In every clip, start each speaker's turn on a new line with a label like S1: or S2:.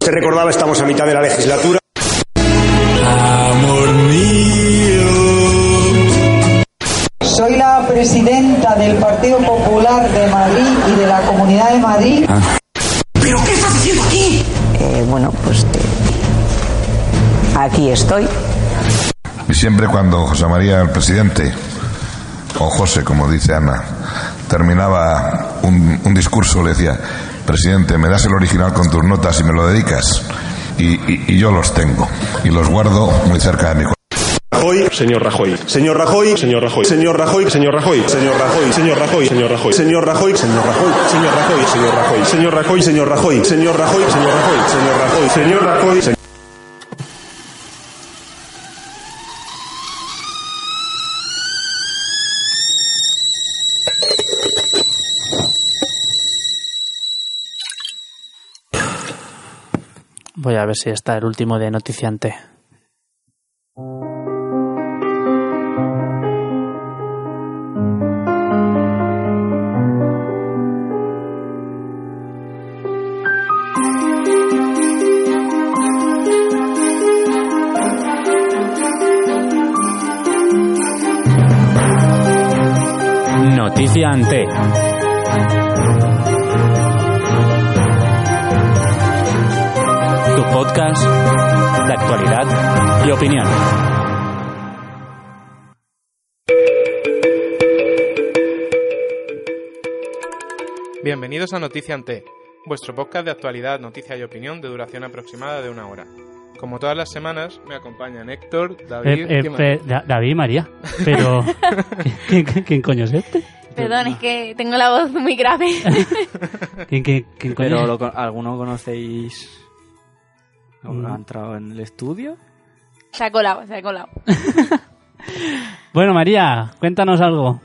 S1: Se recordaba, estamos a mitad de la legislatura.
S2: Amor mío.
S3: Soy la presidenta del Partido Popular de Madrid y de la Comunidad de Madrid.
S4: ¿Pero qué estás haciendo aquí?
S5: Eh, bueno, pues eh, aquí estoy.
S6: Y siempre cuando José María, el presidente, o José, como dice Ana, terminaba un, un discurso, le decía, presidente, me das el original con tus notas y me lo dedicas. Y, y- y yo los tengo. Y los guardo muy cerca de mi cuerpo.
S1: Rajoy,
S7: Señor Rajoy.
S1: señor Rajoy,
S7: Señor Rajoy.
S1: señor Rajoy,
S7: Señor Rajoy.
S1: señor Rajoy,
S7: Señor Rajoy. Señor Rajoy.
S1: señor Rajoy, señor Rajoy, señor Rajoy, señor Rajoy, señor Rajoy, señor Rajoy, señor Rajoy, señor Rajoy, señor Rajoy, señor Rajoy, señor
S8: Voy a ver si está el último de noticiante. Noticiante. Tu podcast de actualidad y opinión.
S9: Bienvenidos a Noticia Ante, vuestro podcast de actualidad, noticia y opinión de duración aproximada de una hora. Como todas las semanas, me acompañan Héctor, David
S8: Eh, eh,
S9: ¿quién más?
S8: eh, Da- David y María. Pero. ¿quién, quién- quién coño es este?
S10: Perdón, es que tengo la voz muy grave.
S8: ¿Quién, quién- quién coño
S2: Pero
S8: es?
S2: lo con- ¿alguno conocéis? ¿Alguno
S8: No.
S10: Mm.
S2: ha entrado en el estudio?
S10: se ha colado, se ha colado.
S8: Bueno, María, cuéntanos algo.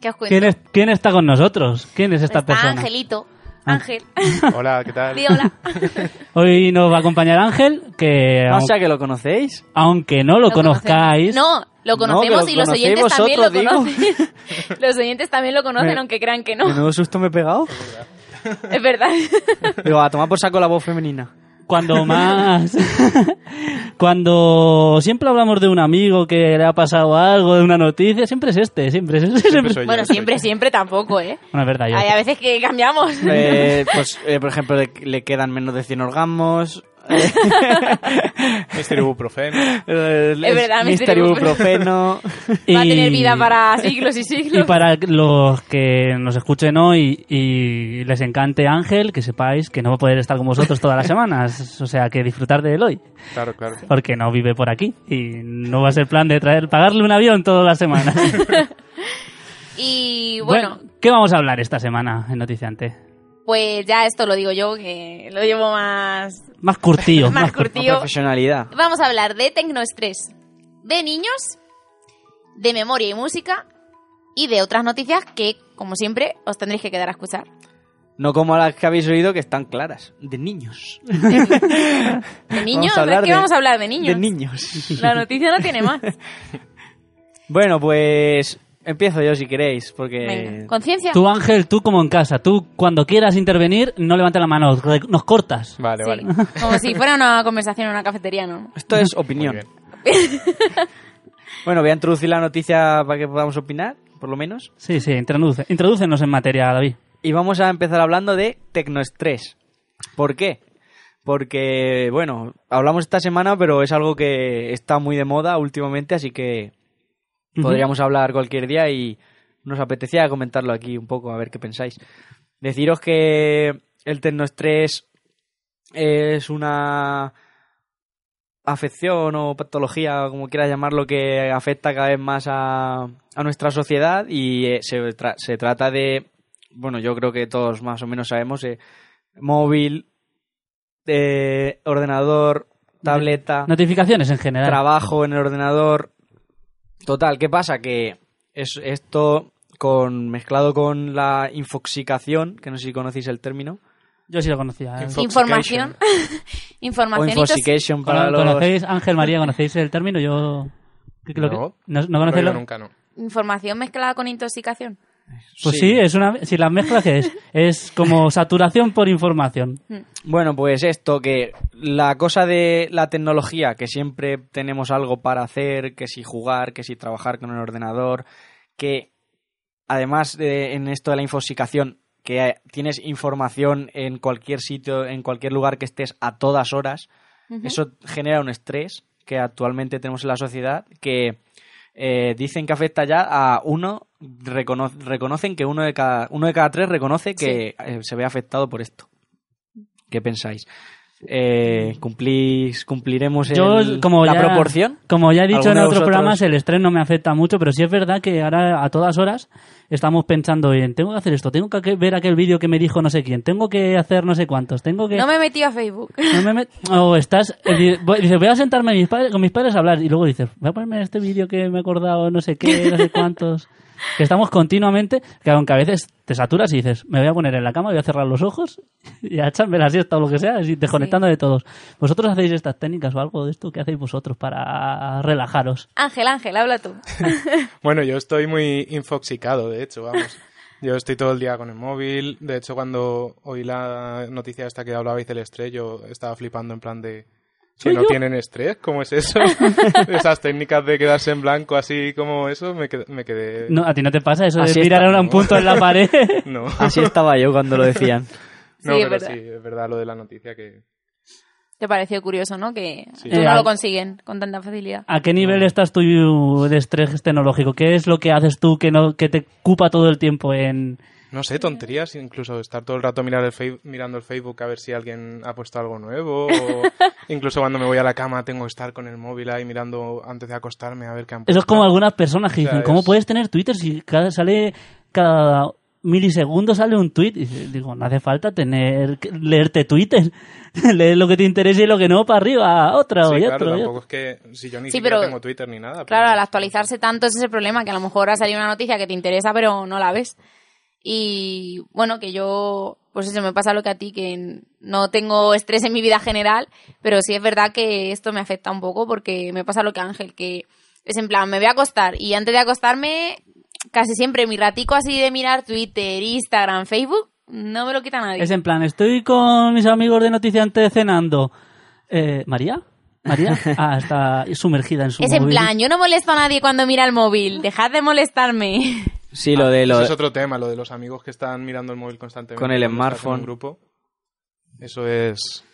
S10: ¿Qué os cuento?
S8: ¿Quién, es- quién está con nosotros? ¿Quién es esta
S10: Está
S8: persona?
S10: Angelito.
S8: Ah.
S10: Ángel.
S9: Hola, ¿qué tal?
S10: Di hola.
S8: Hoy nos va a acompañar Ángel, que
S2: O
S8: aun-
S2: sea que lo conocéis.
S8: aunque no lo,
S10: conocemos.
S8: conozcáis,
S10: No, lo
S2: No,
S10: conocemos
S2: que
S10: y
S2: lo
S10: los oyentes
S2: conocéis
S10: también lo
S2: vosotros,
S10: conocen. los oyentes también lo conocen,
S2: Me-
S10: aunque crean que no.
S2: Menudo susto me he pegado.
S10: Es verdad.
S2: Digo, a tomar por saco la voz femenina.
S8: cuando más... cuando siempre hablamos de un amigo que le ha pasado algo, de una noticia, siempre es este, siempre es este. Siempre...
S9: Siempre soy yo,
S10: bueno,
S9: soy
S10: siempre,
S9: yo.
S10: siempre tampoco, ¿eh?
S8: Bueno, es verdad, yo-
S10: Hay a veces que cambiamos.
S2: Eh, pues, eh, por ejemplo, le, le quedan menos de 100 orgasmos. Eh,
S9: Mr. Ibuprofeno.
S2: el-
S10: Es verdad,
S2: Mr.
S10: Mr.
S2: Eh, Ibuprofeno.
S10: Va a tener
S8: Y-
S10: vida para siglos y siglos.
S8: Y para los que nos escuchen hoy y les encante Ángel, que sepáis que no va a poder estar con vosotros todas las semanas. O sea, que disfrutar de él hoy,
S9: Claro, claro.
S8: porque no vive por aquí. Y no va a ser plan de traer, pagarle un avión todas las semanas.
S10: Y bueno,
S8: ¿qué vamos a hablar esta semana en Noticiante?
S10: pues ya esto lo digo yo, que lo llevo más,
S8: Más curtido.
S10: más
S2: Con
S10: curtido.
S2: profesionalidad.
S10: Vamos a hablar de tecnoestrés, de niños, de memoria y música y de otras noticias que, como siempre, os tendréis que quedar a escuchar.
S2: No como las que habéis oído que están claras. De niños.
S10: De niños,
S2: Vamos a
S10: pero es
S2: hablar
S10: que
S2: de-
S10: vamos a hablar de niños.
S2: De niños.
S10: La noticia no tiene más.
S2: Bueno, pues empiezo yo si queréis, porque...
S10: Venga, conciencia.
S8: Tú, Ángel, tú como en casa, tú cuando quieras intervenir, no levantes la mano, re- nos cortas.
S9: Vale,
S10: Sí,
S9: vale.
S10: Como si fuera una conversación en una cafetería, ¿no?
S2: Esto es opinión.
S9: Muy
S2: bueno, voy a introducir la noticia para que podamos opinar, por lo menos.
S8: Sí, sí, introduce, introdúcenos en materia, David.
S2: Y vamos a empezar hablando de tecnoestrés. ¿Por qué? Porque, bueno, hablamos esta semana, pero es algo que está muy de moda últimamente, así que
S8: Ujú.
S2: podríamos hablar cualquier día y nos apetecía comentarlo aquí un poco, a ver qué pensáis. Deciros que el tecnoestrés es una afección o patología, o como quieras llamarlo, que afecta cada vez más a, a nuestra sociedad y eh, se, tra- se trata de, bueno, yo creo que todos más o menos sabemos, eh, móvil, eh, ordenador, tableta
S8: Notificaciones en general.
S2: trabajo en el ordenador. Total, ¿qué pasa? Que es esto con mezclado con la infoxicación, que no sé si conocéis el término.
S8: Yo sí lo conocía. ¿eh?
S9: Info-
S10: Información.
S2: O
S10: Información.
S2: infoxication para
S8: Cono-
S2: los...
S8: ¿Conocéis, Ángel María, conocéis el término? Yo... ¿qué- qué- lo que-
S9: No.
S8: ¿No, no
S9: No
S8: conocéis
S9: digo
S8: lo-
S9: nunca no.
S10: Información mezclada con intoxicación.
S8: Pues sí, es una, si la mezcla que es, es como saturación por información.
S2: Bueno, pues esto, que la cosa de la tecnología, que siempre tenemos algo para hacer, que si jugar, que si trabajar con el ordenador, que además eh, en esto de la infosicación, que eh, tienes información en cualquier sitio, en cualquier lugar que estés a todas horas,
S10: Ujú.
S2: eso genera un estrés que actualmente tenemos en la sociedad que eh, dicen que afecta ya a uno, recono- reconocen que uno de cada, uno de cada tres reconoce que eh, se ve afectado por esto. ¿Qué pensáis? Eh, ¿cumplís, ¿Cumpliremos el-
S8: Yo, como
S2: la
S8: ya-
S2: proporción?
S8: Como ya he dicho en
S2: ¿Alguno de
S8: otros
S2: vosotros?
S8: programas, el estrés no me afecta mucho, pero sí es verdad que ahora a todas horas estamos pensando en tengo que hacer esto, tengo que ver aquel vídeo que me dijo no sé quién, tengo que hacer no sé cuántos, tengo que...
S10: No me he metido a Facebook.
S8: no me met- O estás... eh, di- voy- Dices, voy a sentarme a mis padres- con mis padres a hablar y luego dices, voy a ponerme este vídeo que me he acordado, no sé qué, no sé cuántos... Que estamos continuamente, que aunque a veces te saturas y dices, me voy a poner en la cama, voy a cerrar los ojos y a echarme la siesta o lo que sea, así desconectando de todos. ¿Vosotros hacéis estas técnicas o algo de esto? ¿Qué hacéis vosotros para relajaros?
S10: Ángel, Ángel, habla tú.
S9: Bueno, yo estoy muy infoxicado, de hecho, vamos. Yo estoy todo el día con el móvil. De hecho, cuando oí la noticia esta que hablabais del estrés, yo estaba flipando en plan de... ¿Que
S8: ¿Soy
S9: no
S8: yo?
S9: tienen estrés? ¿Cómo es eso? Esas técnicas de quedarse en blanco así como eso, me qued- me quedé...
S8: No, ¿A ti no te pasa eso
S2: Así
S8: de mirar
S2: está,
S8: ahora un
S9: ¿no?
S8: punto en la pared?
S9: No.
S2: Así estaba yo cuando lo decían.
S9: No,
S10: Sí, es
S9: pero
S10: verdad.
S9: sí, es verdad lo de la noticia que...
S10: Te pareció curioso, ¿no? Que
S9: Sí.
S10: no
S8: Eh,
S10: lo
S8: al-
S10: consiguen con tanta facilidad.
S8: ¿A qué nivel estás tú de estrés tecnológico? ¿Qué es lo que haces tú que, no, que te ocupa todo el tiempo en...
S9: No sé, tonterías, incluso estar todo el rato mirar el Fei- mirando el Facebook a ver si alguien ha puesto algo nuevo. O incluso cuando me voy a la cama tengo que estar con el móvil ahí mirando antes de acostarme a ver qué han puesto.
S8: Eso es como algunas personas que
S9: O sea,
S8: dicen, ¿cómo
S9: es-
S8: puedes tener Twitter si cada, sale cada milisegundos sale un tweet? Y digo, no hace falta tener que- leerte Twitter. Leer lo que te interesa y lo que no para arriba, otra
S9: Sí,
S8: y
S9: claro,
S8: otro. y
S9: tampoco es que si yo ni
S10: Sí,
S9: siquiera
S10: pero-
S9: tengo Twitter ni nada.
S10: Claro,
S9: pero-
S10: al actualizarse tanto ese es el problema, que a lo mejor ha salido una noticia que te interesa, pero no la ves. Y bueno, que yo, pues eso me pasa lo que a ti, que no tengo estrés en mi vida general, pero sí es verdad que esto me afecta un poco porque me pasa lo que a Ángel, que es en plan, me voy a acostar y antes de acostarme, casi siempre mi ratico así de mirar Twitter, Instagram, Facebook, no me lo quita nadie.
S8: Es en plan, estoy con mis amigos de Noticiante cenando. Eh, ¿María? ¿María? Ah, está sumergida en su
S10: Es en
S8: móvil.
S10: plan, yo no molesto a nadie cuando mira el móvil, dejad de molestarme.
S2: Sí, lo de
S9: Eso
S2: lo
S9: es otro tema, lo de los amigos que están mirando el móvil constantemente.
S2: Con el
S9: cuando estás en
S2: smartphone.
S9: un grupo. Eso es...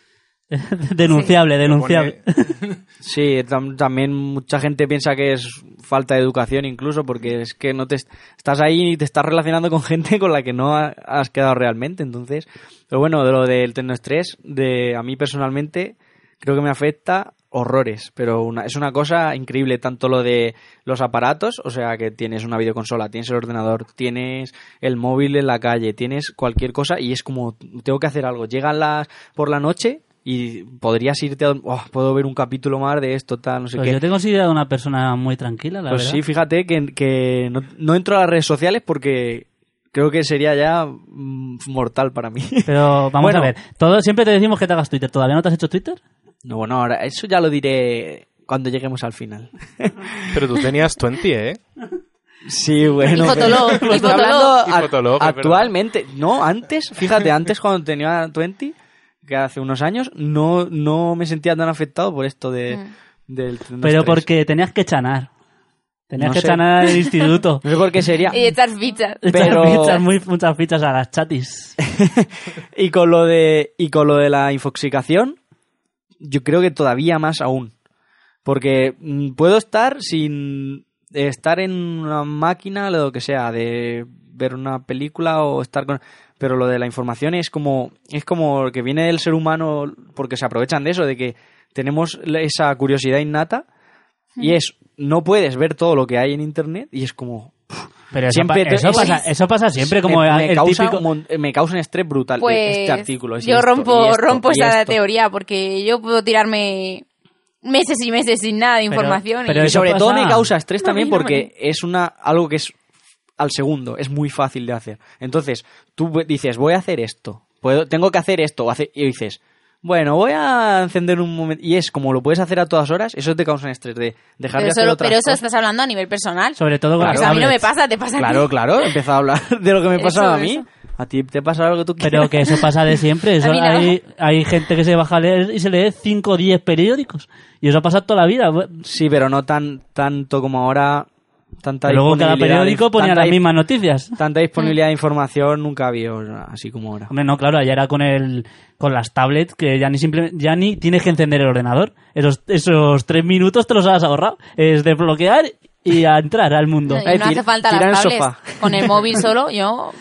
S8: denunciable,
S9: me
S8: denunciable.
S9: pone-
S2: Sí, tam- también mucha gente piensa que es falta de educación incluso porque es que no te est- estás ahí y te estás relacionando con gente con la que no ha- has quedado realmente, entonces, pero bueno, de lo del tecnoestrés, de a mí personalmente creo que me afecta horrores, pero una- es una cosa increíble tanto lo de los aparatos, o sea, que tienes una videoconsola, tienes el ordenador, tienes el móvil en la calle, tienes cualquier cosa y es como tengo que hacer algo. Llegan las por la noche y podrías irte a dorm- "Oh, puedo ver un capítulo más de esto, tal, no sé
S8: Pues
S2: qué.
S8: yo te considero una persona muy tranquila, la
S2: pues
S8: verdad.
S2: sí, fíjate que, que no, no entro a las redes sociales porque creo que sería ya mm, mortal para mí.
S8: Pero vamos
S2: Bueno.
S8: a ver, todo, siempre te decimos que te hagas Twitter. ¿Todavía no te has hecho Twitter?
S2: No, bueno, ahora eso ya lo diré cuando lleguemos al final.
S9: Pero tú tenías 20, ¿eh?
S2: Sí, bueno.
S10: Y Fotolog, y
S2: Estoy
S10: Fotolog.
S2: hablando
S9: Y
S2: a-
S9: Fotolog, es verdad.
S2: actualmente, no, antes, fíjate, antes cuando tenía 20, que hace unos años, no, no me sentía tan afectado por esto de,
S10: Mm.
S2: del
S8: Pero
S2: tecnoestrés.
S8: porque tenías que chanar. Tenías
S2: No
S8: que
S2: sé.
S8: chanar en el instituto.
S2: No sé por qué sería.
S10: y echar fichas.
S8: Echar
S2: Pero-
S8: fichas, muy, muchas fichas a las chatis.
S2: y con lo de y con lo de la infoxicación yo creo que todavía más aún porque mm, puedo estar sin estar en una máquina lo que sea de ver una película o estar con pero lo de la información es como es como que viene del ser humano porque se aprovechan de eso de que tenemos la- esa curiosidad innata y es no puedes ver todo lo que hay en internet y es como
S8: Pero eso,
S2: Siempre
S8: pa-
S2: te-
S8: eso
S2: es-
S8: pasa, eso pasa siempre, como
S2: me, me
S8: el
S2: causa
S8: típico...
S2: un mon- me causa un estrés brutal
S10: Pues
S2: este artículo. es
S10: yo
S2: esto,
S10: rompo,
S2: y esto,
S10: rompo
S2: y
S10: esa
S2: esto.
S10: teoría porque yo puedo tirarme meses y meses sin nada de
S8: Pero-
S10: información. y-
S8: pero
S2: Y
S8: eso
S2: sobre todo
S8: pasa.
S2: me causa estrés también
S10: Imagíname.
S2: porque es una algo que es al segundo, es muy fácil de hacer. Entonces, tú ve- dices, voy a hacer esto, puedo, tengo que hacer esto, o hace- y dices, bueno, voy a encender un momento. Y es como lo puedes hacer a todas horas, eso te causa un estrés de dejar
S10: Pero,
S2: de hacer
S10: eso,
S2: otras
S10: pero eso
S2: cosas.
S10: estás hablando a nivel personal.
S8: Sobre todo con
S10: Porque
S8: las
S10: eso a mí no me
S8: tablets.
S10: pasa, te pasa a ti.
S2: Claro, claro, empieza a hablar de lo que me
S10: Eso,
S2: pasaba a mí.
S10: eso.
S2: A ti te pasa algo que tú quieras.
S8: Pero que eso pasa de siempre. Eso
S10: A mí no.
S8: hay, hay gente que se baja a leer y se lee 5 o 10 periódicos. Y eso ha pasado toda la vida.
S2: Sí, pero no tan tanto como ahora. Tanta
S8: Luego cada
S2: disponibilidad de-
S8: periódico ponía
S2: tanta
S8: las
S2: dis-
S8: mismas noticias.
S2: Tanta disponibilidad de información nunca había así como ahora.
S8: Hombre, no, claro, ya era con el con las tablets que ya ni simple, ya ni tienes que encender el ordenador. Esos, esos tres minutos te los has ahorrado. Es desbloquear y a entrar al mundo.
S10: No, y
S2: Eh,
S10: no
S2: tira-
S10: hace falta
S2: tira
S10: las
S2: en el
S10: tablets.
S2: sofá.
S10: Con el móvil solo, yo.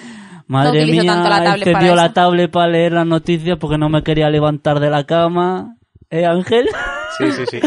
S8: Madre
S10: utilizo
S8: mía,
S10: tanto la tablet
S8: encendió
S10: para
S8: la
S10: eso.
S8: tablet para leer las noticias porque no me quería levantar de la cama. ¿Eh, Ángel?
S9: Sí, sí, sí.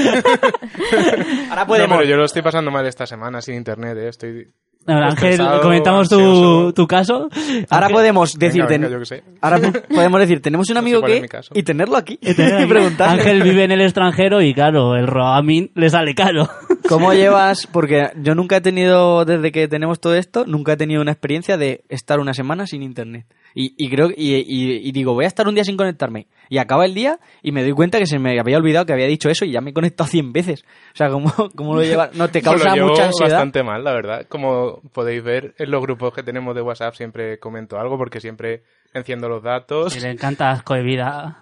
S2: Ahora
S9: No,
S2: podemos.
S9: pero yo lo estoy pasando mal esta semana sin internet, ¿eh? Estoy...
S8: Bueno, Ángel,
S9: Estresado,
S8: comentamos tu,
S9: ansioso.
S8: tu caso.
S2: Ahora
S8: Ángel,
S2: podemos decirte.
S9: venga, yo qué sé.
S2: Ahora po- podemos decir, tenemos un
S9: No sé
S2: amigo
S9: cuál es
S2: que.
S9: mi caso.
S2: Y tenerlo aquí. Y
S8: Ángel
S2: preguntarle.
S8: vive en el extranjero y claro, el roaming le sale caro.
S2: ¿Cómo llevas? Porque yo nunca he tenido, desde que tenemos todo esto, nunca he tenido una experiencia de estar una semana sin internet. Y, y creo y, y- y digo, voy a estar un día sin conectarme. Y acaba el día y me doy cuenta que se me había olvidado que había dicho eso y ya me he conectado 100 veces. O sea, ¿cómo, cómo lo llevas? No, te
S9: Bueno,
S2: causa
S9: llevo
S2: mucha ansiedad.
S9: bastante mal, la verdad. Como podéis ver, en los grupos que tenemos de WhatsApp siempre comento algo porque siempre enciendo los datos.
S8: Y le encanta asco de vida.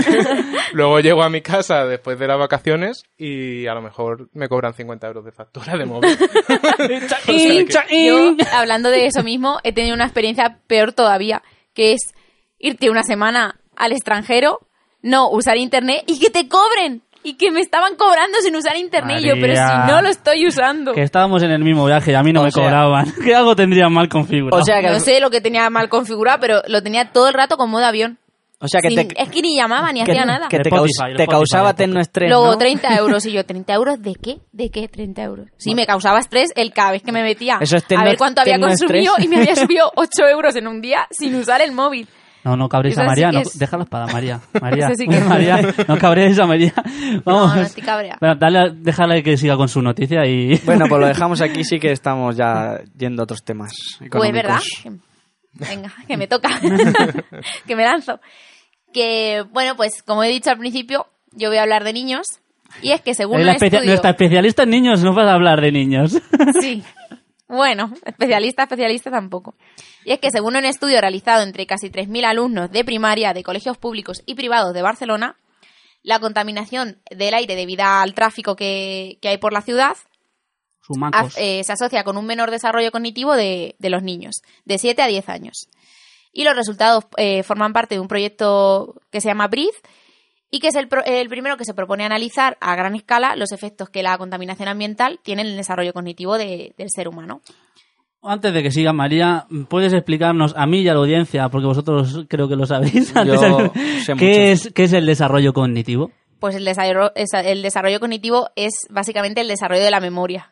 S9: Luego llego a mi casa después de las vacaciones y a lo mejor me cobran 50 euros de factura de móvil.
S10: Y yo, hablando de eso mismo, he tenido una experiencia peor todavía, que es irte una semana al extranjero, no usar internet y que te cobren. Y que me estaban cobrando sin usar internet. Y yo, pero
S8: María.
S10: si no lo estoy usando.
S8: Que estábamos en el mismo viaje y a mí no
S2: O
S8: me
S2: sea-
S8: cobraban. ¿Qué algo tendría mal configurado?
S2: O sea que,
S10: No sé lo que tenía mal configurado, pero lo tenía todo el rato con modo avión.
S2: o sea que
S10: Sin-
S2: te,
S10: es que ni llamaba ni
S2: que-
S10: hacía nada.
S2: que te,
S8: El
S2: caus-
S8: Spotify, el
S2: te
S8: Spotify,
S2: causaba
S8: el Spotify.
S2: tener estrés.
S10: Luego
S2: ¿no?
S10: 30 euros y yo, ¿30 euros de qué? ¿De qué 30 euros? Sí, me causaba estrés el cada vez que me metía
S2: Eso es
S10: a
S2: tecno-
S10: ver cuánto había
S2: tecnoestrés.
S10: consumido y me había subido 8 euros en un día sin usar el móvil.
S8: No, no cabréis
S10: Eso
S8: a
S10: sí
S8: María.
S10: que
S8: no-
S10: es-
S8: deja la espada, María. María,
S10: Eso sí que es.
S8: María, no cabréis a María. Vamos.
S10: No, no estoy cabreada.
S8: Bueno, dale, a- déjale que siga con su noticia y...
S2: Bueno, pues lo dejamos aquí, sí que estamos ya yendo a otros temas.
S10: Pues
S2: económicos.
S10: verdad. Que- Venga, que me toca. que me lanzo. Que, bueno, pues como he dicho al principio, yo voy a hablar de niños. Y es que según
S8: Es
S10: un
S8: Eh, la especia-
S10: estudio...
S8: Nuestra especialista en niños no vas a hablar de niños.
S10: Sí. Bueno, especialista, especialista tampoco. Y es que según un estudio realizado entre casi 3.000 alumnos de primaria de colegios públicos y privados de Barcelona, la contaminación del aire debido al tráfico que, que hay por la ciudad
S8: Sumacos.
S10: af- eh, se asocia con un menor desarrollo cognitivo de, de los niños, de 7 a 10 años. Y los resultados eh, forman parte de un proyecto que se llama BRID y que es el, pro- el primero que se propone analizar a gran escala los efectos que la contaminación ambiental tiene en el desarrollo cognitivo de- del ser humano.
S8: Antes de que siga María, ¿puedes explicarnos a mí y a la audiencia, porque vosotros creo que lo sabéis, antes
S2: Yo
S8: de-
S2: sé mucho.
S8: ¿qué, es, qué es el desarrollo cognitivo?
S10: Pues el desarrollo, esa- el desarrollo cognitivo es básicamente el desarrollo de la memoria,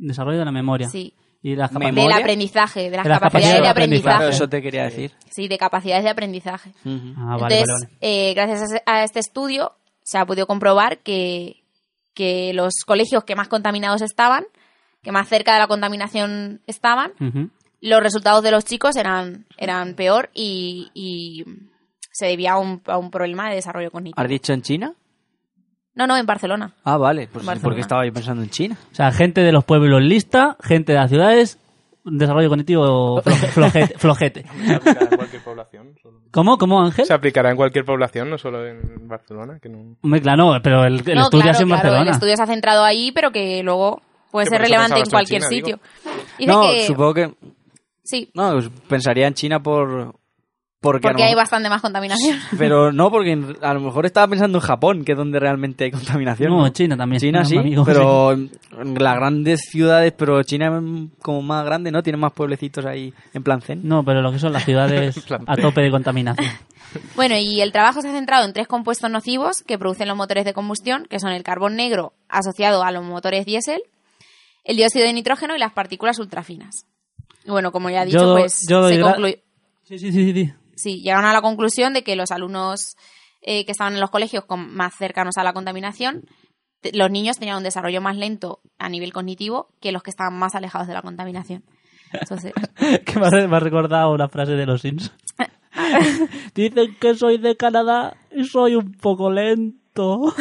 S8: Desarrollo de la memoria.
S10: Sí.
S8: Y las capa-
S2: Memoria.
S10: del aprendizaje, de las,
S8: De las
S10: capacidades,
S8: capacidades
S10: de
S8: de
S10: aprendizaje.
S2: Claro, eso te quería decir.
S10: Sí, de capacidades de aprendizaje.
S2: Ujú.
S8: Ah, vale,
S10: Entonces,
S8: vale, vale.
S10: eh, gracias a ese- a este estudio se ha podido comprobar que, que los colegios que más contaminados estaban, que más cerca de la contaminación estaban,
S8: Ujú.
S10: los resultados de los chicos eran, eran peor y, y se debía a un, a un problema de desarrollo cognitivo.
S2: ¿Has dicho en China?
S10: No, no, en Barcelona.
S2: Ah, vale. Pues,
S10: Barcelona.
S2: porque estaba yo pensando en China.
S8: O sea, gente de los pueblos lista, gente de las ciudades, desarrollo cognitivo floje- flojete. flojete.
S9: Se aplicará en cualquier población. solo-
S8: ¿Cómo? ¿Cómo, Ángel?
S9: Se aplicará en cualquier población, no solo en Barcelona. Que no...
S8: Hombre, claro, no, pero el, el
S10: No,
S8: estudio
S10: claro,
S8: es en
S10: claro,
S8: Barcelona.
S10: El estudio se ha centrado ahí, pero que luego puede
S9: Que
S10: ser
S9: por eso
S10: relevante
S9: pensaba
S10: en
S9: esto en
S10: cualquier
S9: China,
S10: sitio. Dice
S2: No,
S10: que
S2: supongo que...
S10: sí,
S2: No, pues, pensaría en China por... Porque, a lo
S10: porque hay
S2: mejor-
S10: bastante más contaminación.
S2: Pero no, porque en- a lo mejor estaba pensando en Japón, que es donde realmente hay contaminación.
S8: No, China también.
S2: China
S8: no,
S2: sí,
S8: amigo.
S2: pero en las grandes ciudades, pero China mm, como más grande, ¿no? Tiene más pueblecitos ahí en plan zen.
S8: No, pero lo que son las ciudades a tope de contaminación.
S10: Bueno, y el trabajo se ha centrado en tres compuestos nocivos que producen los motores de combustión, que son el carbón negro asociado a los motores diésel, el dióxido de nitrógeno y las partículas ultrafinas. Y bueno, como ya he dicho,
S8: Yo doy-
S10: pues
S8: yo doy
S10: se
S8: gra-
S10: conclu-
S8: Sí, sí, sí, sí, sí.
S10: sí, llegaron a la conclusión de que los alumnos eh, que estaban en los colegios con- más cercanos a la contaminación, te- los niños tenían un desarrollo más lento a nivel cognitivo que los que estaban más alejados de la contaminación. Entonces,
S8: Que me ha, me ha recordado una frase de los Sims. Dicen que soy de Canadá y soy un poco lento.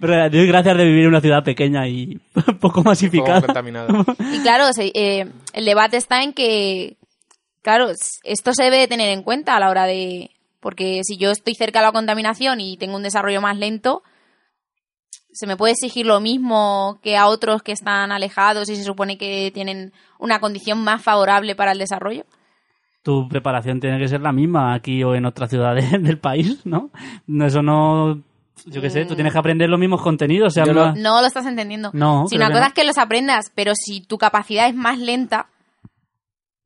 S8: Pero eh, doy gracias de vivir en una ciudad pequeña y poco
S9: Todo
S8: masificada.
S9: contaminado.
S10: Y claro, se- eh, el debate está en que, claro, s- esto se debe de tener en cuenta a la hora de... Porque si yo estoy cerca de la contaminación y tengo un desarrollo más lento, se me puede exigir lo mismo que a otros que están alejados y se supone que tienen una condición más favorable para el desarrollo.
S8: tu preparación tiene que ser la misma aquí o en otras ciudades del país, ¿no? No, Eso no. Yo qué sé, tú tienes que aprender los mismos contenidos, o sea,
S2: Yo lo-
S8: más-
S10: No lo estás entendiendo.
S8: Ah. No,
S10: si
S8: creo
S10: una
S8: que
S10: cosa
S8: no.
S10: es que los aprendas, pero si tu capacidad es más lenta,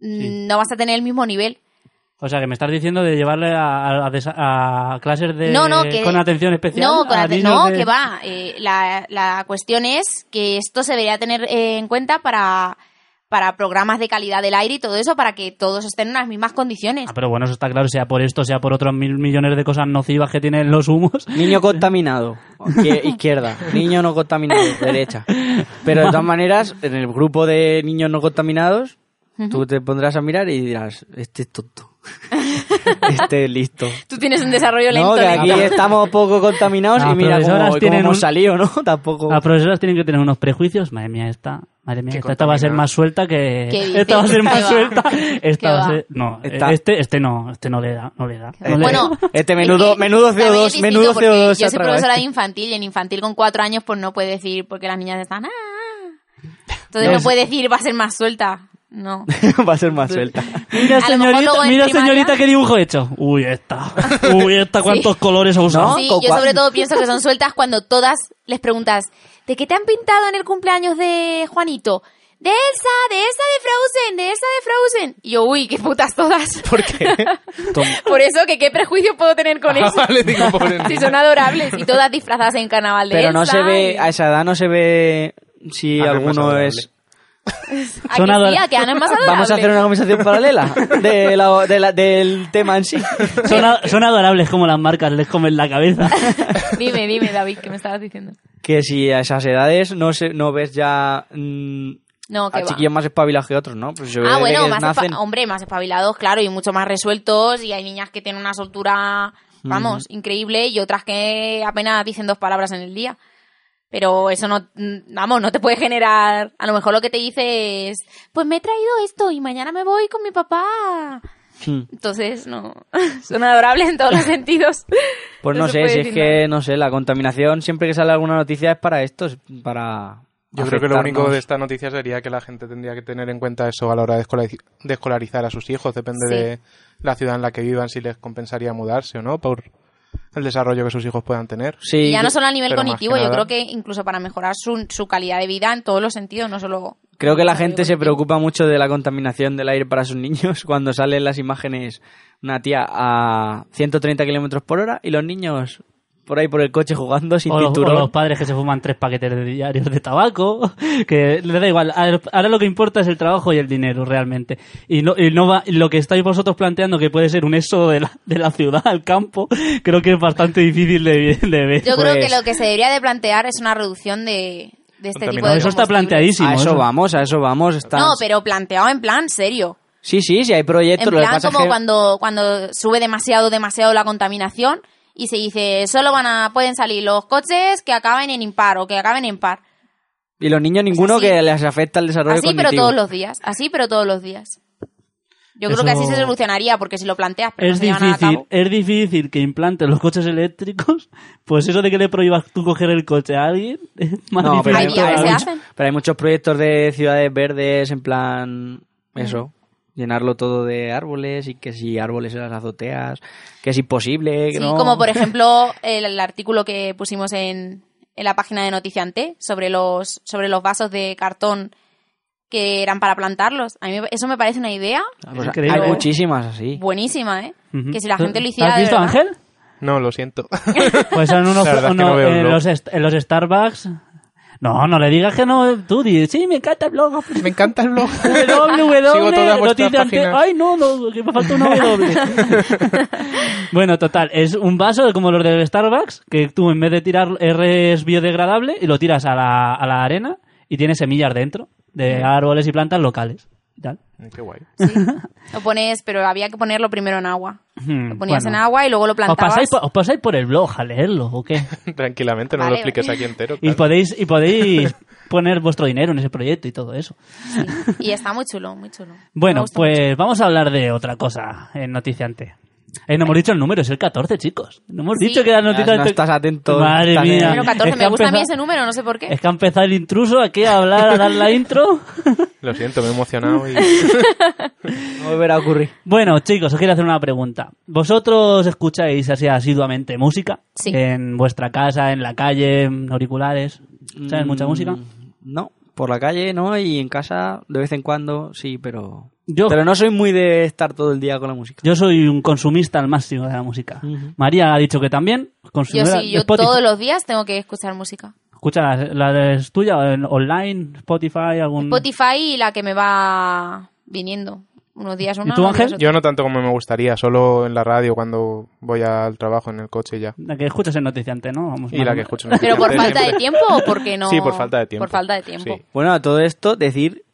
S10: mm,
S8: Sí.
S10: no vas a tener el mismo nivel.
S8: O sea, que me estás diciendo de llevarle a, a- a desa- a clases de
S10: No, no, que-
S8: con atención especial.
S10: No, con
S8: a
S10: ate-
S8: niños
S10: no,
S8: de-
S10: que va. Eh, la, la cuestión es que esto se debería tener eh, en cuenta para, para programas de calidad del aire y todo eso, para que todos estén en las mismas condiciones.
S8: Ah, pero bueno, eso está claro, sea por esto, sea por otros mil millones de cosas nocivas que tienen los humos.
S2: Niño contaminado, qui- izquierda. Niño no contaminado, derecha. Pero de todas maneras, en el grupo de niños no contaminados, tú te pondrás a mirar y dirás, este es tonto. Este es listo.
S10: Tú tienes un desarrollo
S2: No,
S10: lento.
S2: que
S10: lento.
S2: aquí
S8: este,
S2: estamos poco contaminados
S8: Las
S2: y mira cómo,
S8: profesoras
S2: cómo
S8: tienen
S2: hemos
S8: un-
S2: salido, ¿no? Tampoco.
S8: Las profesoras tienen que tener unos prejuicios. Madre mía, esta. Madre mía,
S9: Qué
S8: esta, esta va a ser
S9: contaminada.
S8: más suelta que.
S10: ¿Qué dices?
S8: Esta va a ser
S10: ¿Qué
S8: más
S10: va?
S8: suelta.
S10: ¿Qué
S8: Esta va a
S10: va?
S8: ser. No,
S2: Esta-
S8: este, este no, este no le da. No le da. no le-
S10: Bueno,
S2: Este
S10: es
S2: menudo-
S10: que
S2: menudo
S10: también es
S2: CO2,
S10: distinto
S2: menudo
S10: porque
S2: CO2 se
S10: Yo
S2: ha
S10: soy
S2: tragado
S10: profesora de
S2: este.
S10: infantil y en infantil con cuatro años pues no puede decir porque las niñas están... "Ah, ah". Entonces
S8: No,
S10: no,
S8: es-
S10: puede decir va a ser más suelta. No.
S2: Va a ser más suelta.
S8: Mira,
S10: A lo mejor
S8: señorita,
S10: luego en
S8: mira
S10: primaria-
S8: señorita, qué dibujo he hecho. Uy, esta. Uy, esta, cuántos colores ha usado.
S2: ¿No?
S10: Sí,
S2: ¿Con
S10: yo
S2: cuál?
S10: sobre todo pienso que son sueltas cuando todas les preguntas, ¿de qué te han pintado en el cumpleaños de Juanito? De Elsa, de Elsa de Frozen, de Elsa de Frozen. Y yo, uy, qué putas todas.
S9: ¿Por qué?
S10: Por eso, que qué prejuicio puedo tener con
S9: Ah,
S10: eso.
S9: vale, digo, pobre
S10: Si
S9: niña.
S10: son adorables y todas disfrazadas en carnaval de
S2: Pero
S10: Elsa.
S2: no se ve,
S10: y-
S2: a esa edad no se ve si
S9: Ah, no es más
S2: alguno
S9: adorable.
S2: es... Ah,
S10: ¿A
S8: son
S10: que sí?
S8: adora-
S10: ¿A que Ana es más adorable.
S2: Vamos a hacer una conversación paralela de la- de la- del tema en sí.
S8: Son, a- son adorables como las marcas, les comen la cabeza.
S10: Dime, dime, David, ¿qué me estabas diciendo?
S2: que si a esas edades no se, no ves ya mm,
S10: No, que
S2: a
S10: va.
S2: chiquillos más espabilados que otros, ¿no? Pues se ve
S10: Ah,
S2: desde
S10: bueno,
S2: que
S10: más espa-
S2: nacen.
S10: hombre, más espabilados, claro, y mucho más resueltos. Y hay niñas que tienen una soltura, vamos, increíble, y otras que apenas dicen dos palabras en el día. Pero eso no, mm, vamos, no te puede generar. A lo mejor lo que te dice es, pues me he traído esto y mañana me voy con mi papá.
S2: Hmm.
S10: Entonces, no. Son adorables en todos los sentidos.
S2: Pues no,
S10: se
S2: sé,
S10: puede
S2: si es
S10: decir nada.
S2: que, no sé, la contaminación siempre que sale alguna noticia es para esto, es para...
S9: Yo creo que lo único
S2: afectarnos.
S9: de esta noticia sería que la gente tendría que tener en cuenta eso a la hora de, escolariz- de escolarizar a sus hijos. Depende
S10: Sí.
S9: de la ciudad en la que vivan, si les compensaría mudarse o no por el desarrollo que sus hijos puedan tener.
S2: Sí,
S10: Y ya
S2: yo
S10: no solo a nivel
S9: pero más
S10: cognitivo,
S9: que
S10: yo
S9: nada-
S10: creo que incluso para mejorar su, su calidad de vida en todos los sentidos, no solo.
S2: creo que la
S10: a nivel
S2: gente se
S10: cognitivo.
S2: preocupa mucho de la contaminación del aire para sus niños cuando salen las imágenes una tía a 130 kilómetros por hora y los niños por ahí por el coche jugando sin
S8: O los, o
S2: cinturón.
S8: los padres que se fuman tres paquetes de diarios de tabaco, que les da igual. A- Ahora lo que importa es el trabajo y el dinero, realmente. Y, no, y no va, y lo que estáis vosotros planteando, que puede ser un éxodo de la, de la ciudad al campo, creo que es bastante difícil de, de ver.
S10: Yo creo
S2: Pues-
S10: que lo que se debería de plantear es una reducción de, de este tipo
S9: Contaminado.
S10: de
S8: eso está
S10: combustibles.
S8: planteadísimo. ¿eh?
S2: A eso
S8: eso.
S2: vamos, a eso vamos. están-
S10: No, pero planteado en plan serio.
S2: Sí, sí, sí, hay proyectos.
S10: En
S2: lo que
S10: plan
S2: pasa es
S10: como
S2: que-
S10: cuando, cuando sube demasiado, demasiado la contaminación y se dice, solo van a, pueden salir los coches que acaben en impar o que acaben en par.
S2: Y los niños ninguno
S10: así.
S2: que les afecta el desarrollo
S10: Así pero
S2: cognitivo.
S10: todos los días, así pero todos los días. Yo creo
S8: Eso-
S10: que así se solucionaría porque si lo planteas pero no
S8: Es
S10: se lleva nada a
S8: difícil,
S10: cabo.
S8: es difícil que implanten los coches eléctricos, pues eso de que le prohíbas tú coger el coche a alguien es más
S2: No, pero
S10: Ay,
S2: hay,
S8: difícil.
S10: a ver,
S2: pero
S10: se
S2: hay
S10: hace.
S2: muchos- pero hay muchos proyectos de ciudades verdes en plan
S10: Mm.
S2: eso, llenarlo todo de árboles y que si árboles en las azoteas, que es imposible, que
S10: Sí,
S2: no.
S10: como por ejemplo el, el artículo que pusimos en, en la página de Noticiante sobre los, sobre los vasos de cartón que eran para plantarlos. A mí me- eso me parece una idea
S2: Ah, pues
S8: Increíble,
S2: hay
S8: ¿eh?
S2: muchísimas así.
S10: buenísima, ¿eh?
S8: Ujú.
S10: Que si la gente lo
S8: ¿Lo
S10: hiciera
S8: ¿Has
S10: de
S8: visto,
S10: verdad.
S8: Ángel?
S9: No, lo siento.
S8: Pues son unos,
S9: La verdad es que
S8: uno-
S9: no veo el
S8: en,
S9: blog.
S8: los est- en los Starbucks. No, no le digas que no, tú di, sí, me encanta el blog.
S9: Me encanta el blog. Sigo todas
S8: www,
S9: vuestras
S8: noticia ante-
S9: páginas.
S8: Ay, no, no, que me falta una W. bueno, total, es un vaso como los de Starbucks, que tú en vez de tirar R es biodegradable y lo tiras a la, a la arena y tiene semillas dentro de árboles y plantas locales. y tal.
S9: Mm, Qué guay.
S10: Lo pones, pero había que ponerlo primero en agua. Lo ponías
S8: bueno.
S10: en agua y luego lo
S8: ¿Os
S10: plantabas.
S8: pasáis, por, os pasáis por el blog a leerlo o qué?
S9: Tranquilamente, no
S10: Vale.
S9: lo expliques aquí entero.
S8: Y
S9: claro.
S8: podéis, y podéis poner vuestro dinero en ese proyecto y todo eso.
S10: Sí. Y está muy chulo, muy chulo. Me
S8: Bueno,
S10: gusta
S8: pues vamos a hablar de otra cosa en Noticiante. Eh, no hemos dicho el número, es el 14, chicos. No hemos
S10: Sí.
S8: dicho que era Noticiante.
S2: No estás atento,
S8: Madre
S2: estás
S8: mía.
S2: en-
S10: Número 14,
S8: Es que
S10: me
S8: ha
S10: gusta a mí
S8: empezado-
S10: ese número, no sé por qué.
S8: Es que ha empezado el intruso aquí a hablar, a dar la intro.
S9: Lo siento, me he emocionado y
S2: No volverá a ocurrir.
S8: Bueno, chicos, os quiero hacer una pregunta. ¿Vosotros escucháis así asiduamente música?
S10: Sí.
S8: En vuestra casa, en la calle, en auriculares. ¿Sabes mucha
S2: Mm,
S8: música?
S2: No, por la calle no y en casa de vez en cuando sí, pero
S8: Yo-
S2: pero no soy muy de estar todo el día con la música.
S8: Yo soy un consumista al máximo de la música.
S2: Ujú.
S8: María ha dicho que también.
S10: Yo
S8: consumidora
S10: sí,
S8: de
S10: yo
S8: Spotify.
S10: todos los días tengo que escuchar música.
S8: Escucha, ¿la, la de- es tuya en- online, Spotify, algún...
S10: Spotify y la que me va viniendo. Unos días una.
S8: tú,
S10: unos días
S8: Ángel?
S10: otra.
S9: yo no tanto como me gustaría, solo en la radio cuando voy al trabajo en el coche y ya.
S8: La que escuchas en Noticiante, ¿no? Vamos,
S9: Y
S8: más
S9: la
S8: o
S9: que
S8: menos.
S9: escucho.
S10: ¿Pero por
S9: siempre.
S10: falta de tiempo o porque no?
S9: Sí, por falta de tiempo.
S10: Por falta de tiempo.
S9: Sí.
S2: Bueno, a todo esto decir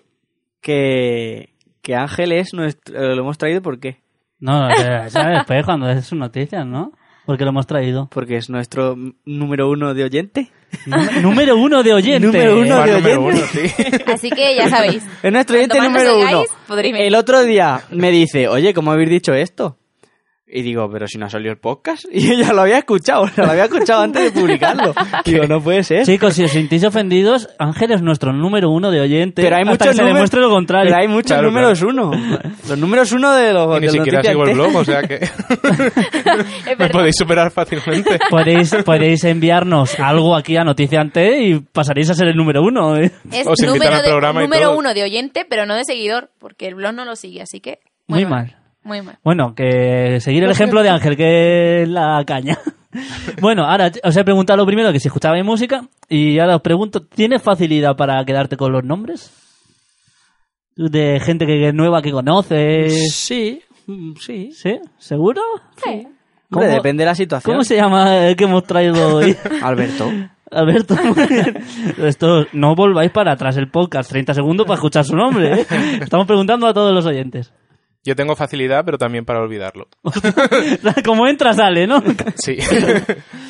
S2: que que Ángel es nuestro, eh, lo hemos traído porque
S8: No, eh, ya después cuando es sus noticias, ¿no? Porque lo hemos traído.
S2: porque es nuestro m- número uno de oyente.
S8: Nú- Número uno de oyente.
S2: Número uno
S9: Fan
S2: de
S9: número
S2: oyente.
S9: uno, sí.
S10: Así que ya sabéis.
S2: Es nuestro
S10: Cuanto
S2: oyente
S10: más nos
S2: número uno.
S10: oigáis, podréis venir.
S2: El otro día me dice, oye, ¿cómo habéis dicho esto? Y digo, pero si no ha salido el podcast. Y ella lo había escuchado, lo había escuchado antes de publicarlo. Digo, no puede ser.
S8: Chicos, si os sentís ofendidos, Ángel es nuestro número uno de oyente.
S2: Pero hay
S8: hasta
S2: muchos
S8: que se
S2: números-
S8: demuestre lo contrario.
S2: Pero hay muchos
S9: Claro,
S2: números uno. Los números uno de los.
S9: Y ni
S2: de los
S9: siquiera sigo
S2: noticiantes.
S9: el blog, o sea que
S10: Es
S9: me
S10: verdad.
S9: podéis superar fácilmente.
S8: Podéis, podéis enviarnos algo aquí a Noticiante y pasaréis a ser el número uno. ¿eh?
S10: Es
S9: Os invitan
S10: número,
S9: al
S10: de-
S9: programa y
S10: número
S9: todo.
S10: uno de oyente, pero no de seguidor, porque el blog no lo sigue, así que.
S8: Muy
S10: bueno,
S8: mal.
S10: Muy mal.
S8: Bueno, que seguir el ejemplo de Ángel, que es la caña. Bueno, ahora os he preguntado lo primero que si escuchabais música y ahora os pregunto, ¿tienes facilidad para quedarte con los nombres? De gente que, que nueva que conoces.
S2: Sí, mm, sí.
S8: ¿Sí? ¿Seguro? ¿Cómo-
S2: Hombre, depende de la situación.
S8: ¿Cómo se llama el que hemos traído hoy?
S2: Alberto.
S8: Alberto. Esto, no volváis para atrás el podcast 30 segundos para escuchar su nombre. ¿eh? Estamos preguntando a todos los oyentes.
S9: Yo tengo facilidad, pero también para olvidarlo.
S8: Como entra, sale, ¿no?
S9: Sí.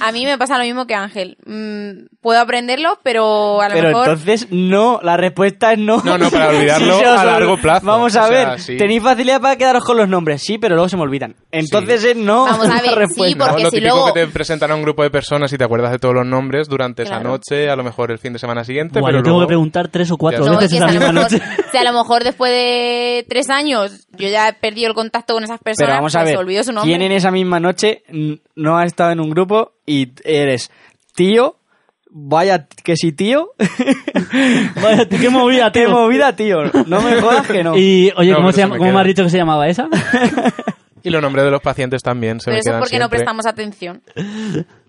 S10: A mí me pasa lo mismo que Ángel. Mm, puedo aprenderlo, pero a lo
S2: Pero
S10: mejor.
S2: entonces, no, la respuesta es no.
S9: No, no, para olvidarlo
S2: se os
S9: a
S2: ol-
S9: largo plazo.
S2: Vamos a
S9: O sea,
S2: ver,
S9: sí.
S2: tenéis facilidad para quedaros con los nombres, sí, pero luego se me olvidan. Entonces es no.
S10: Vamos a ver,
S2: la
S10: sí,
S2: respuesta.
S9: No,
S10: porque-
S9: lo
S10: si
S9: típico
S10: luego-
S9: que te presentan a un grupo de personas y te acuerdas de todos los nombres durante esa
S10: Claro.
S9: noche, a lo mejor el fin de semana siguiente,
S8: Buah, yo tengo
S9: pero
S8: que
S9: luego-
S8: preguntar tres o cuatro
S9: No,
S10: No,
S8: veces
S10: que
S8: esa
S10: si a
S8: misma
S10: lo mejor-
S8: noche.
S10: si a lo mejor después de tres años yo ya he perdido el contacto con esas personas,
S2: Pero vamos a
S10: pues
S2: ver,
S10: se olvidó su nombre.
S2: ¿quién en esa misma noche mm, no ha estado en un grupo y eres tío? Vaya que sí, tío.
S8: Vaya, tío, qué movida,
S2: Qué
S8: tío.
S2: movida, tío. No me jodas que no.
S8: Y, oye,
S9: No,
S8: ¿cómo, se
S9: pero se
S8: llama-
S9: me
S8: cómo
S9: queda.
S8: me has dicho que se llamaba esa?
S9: Y los nombres de los pacientes también se
S10: Pero
S9: me
S10: eso es
S9: quedan
S10: porque no
S9: siempre.
S10: prestamos atención.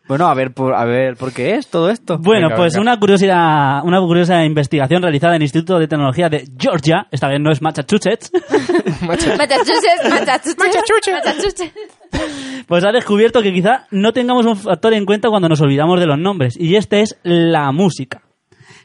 S2: Bueno, a ver, por, a ver, ¿por qué es todo esto?
S8: Bueno,
S9: Venga,
S8: pues
S9: venga.
S8: una curiosidad, una curiosa investigación realizada en el Instituto de Tecnología de Georgia, esta vez no es Massachusetts,
S10: Massachusetts, Massachusetts, Massachusetts.
S8: pues ha descubierto que quizá no tengamos un factor en cuenta cuando nos olvidamos de los nombres, y este es la música.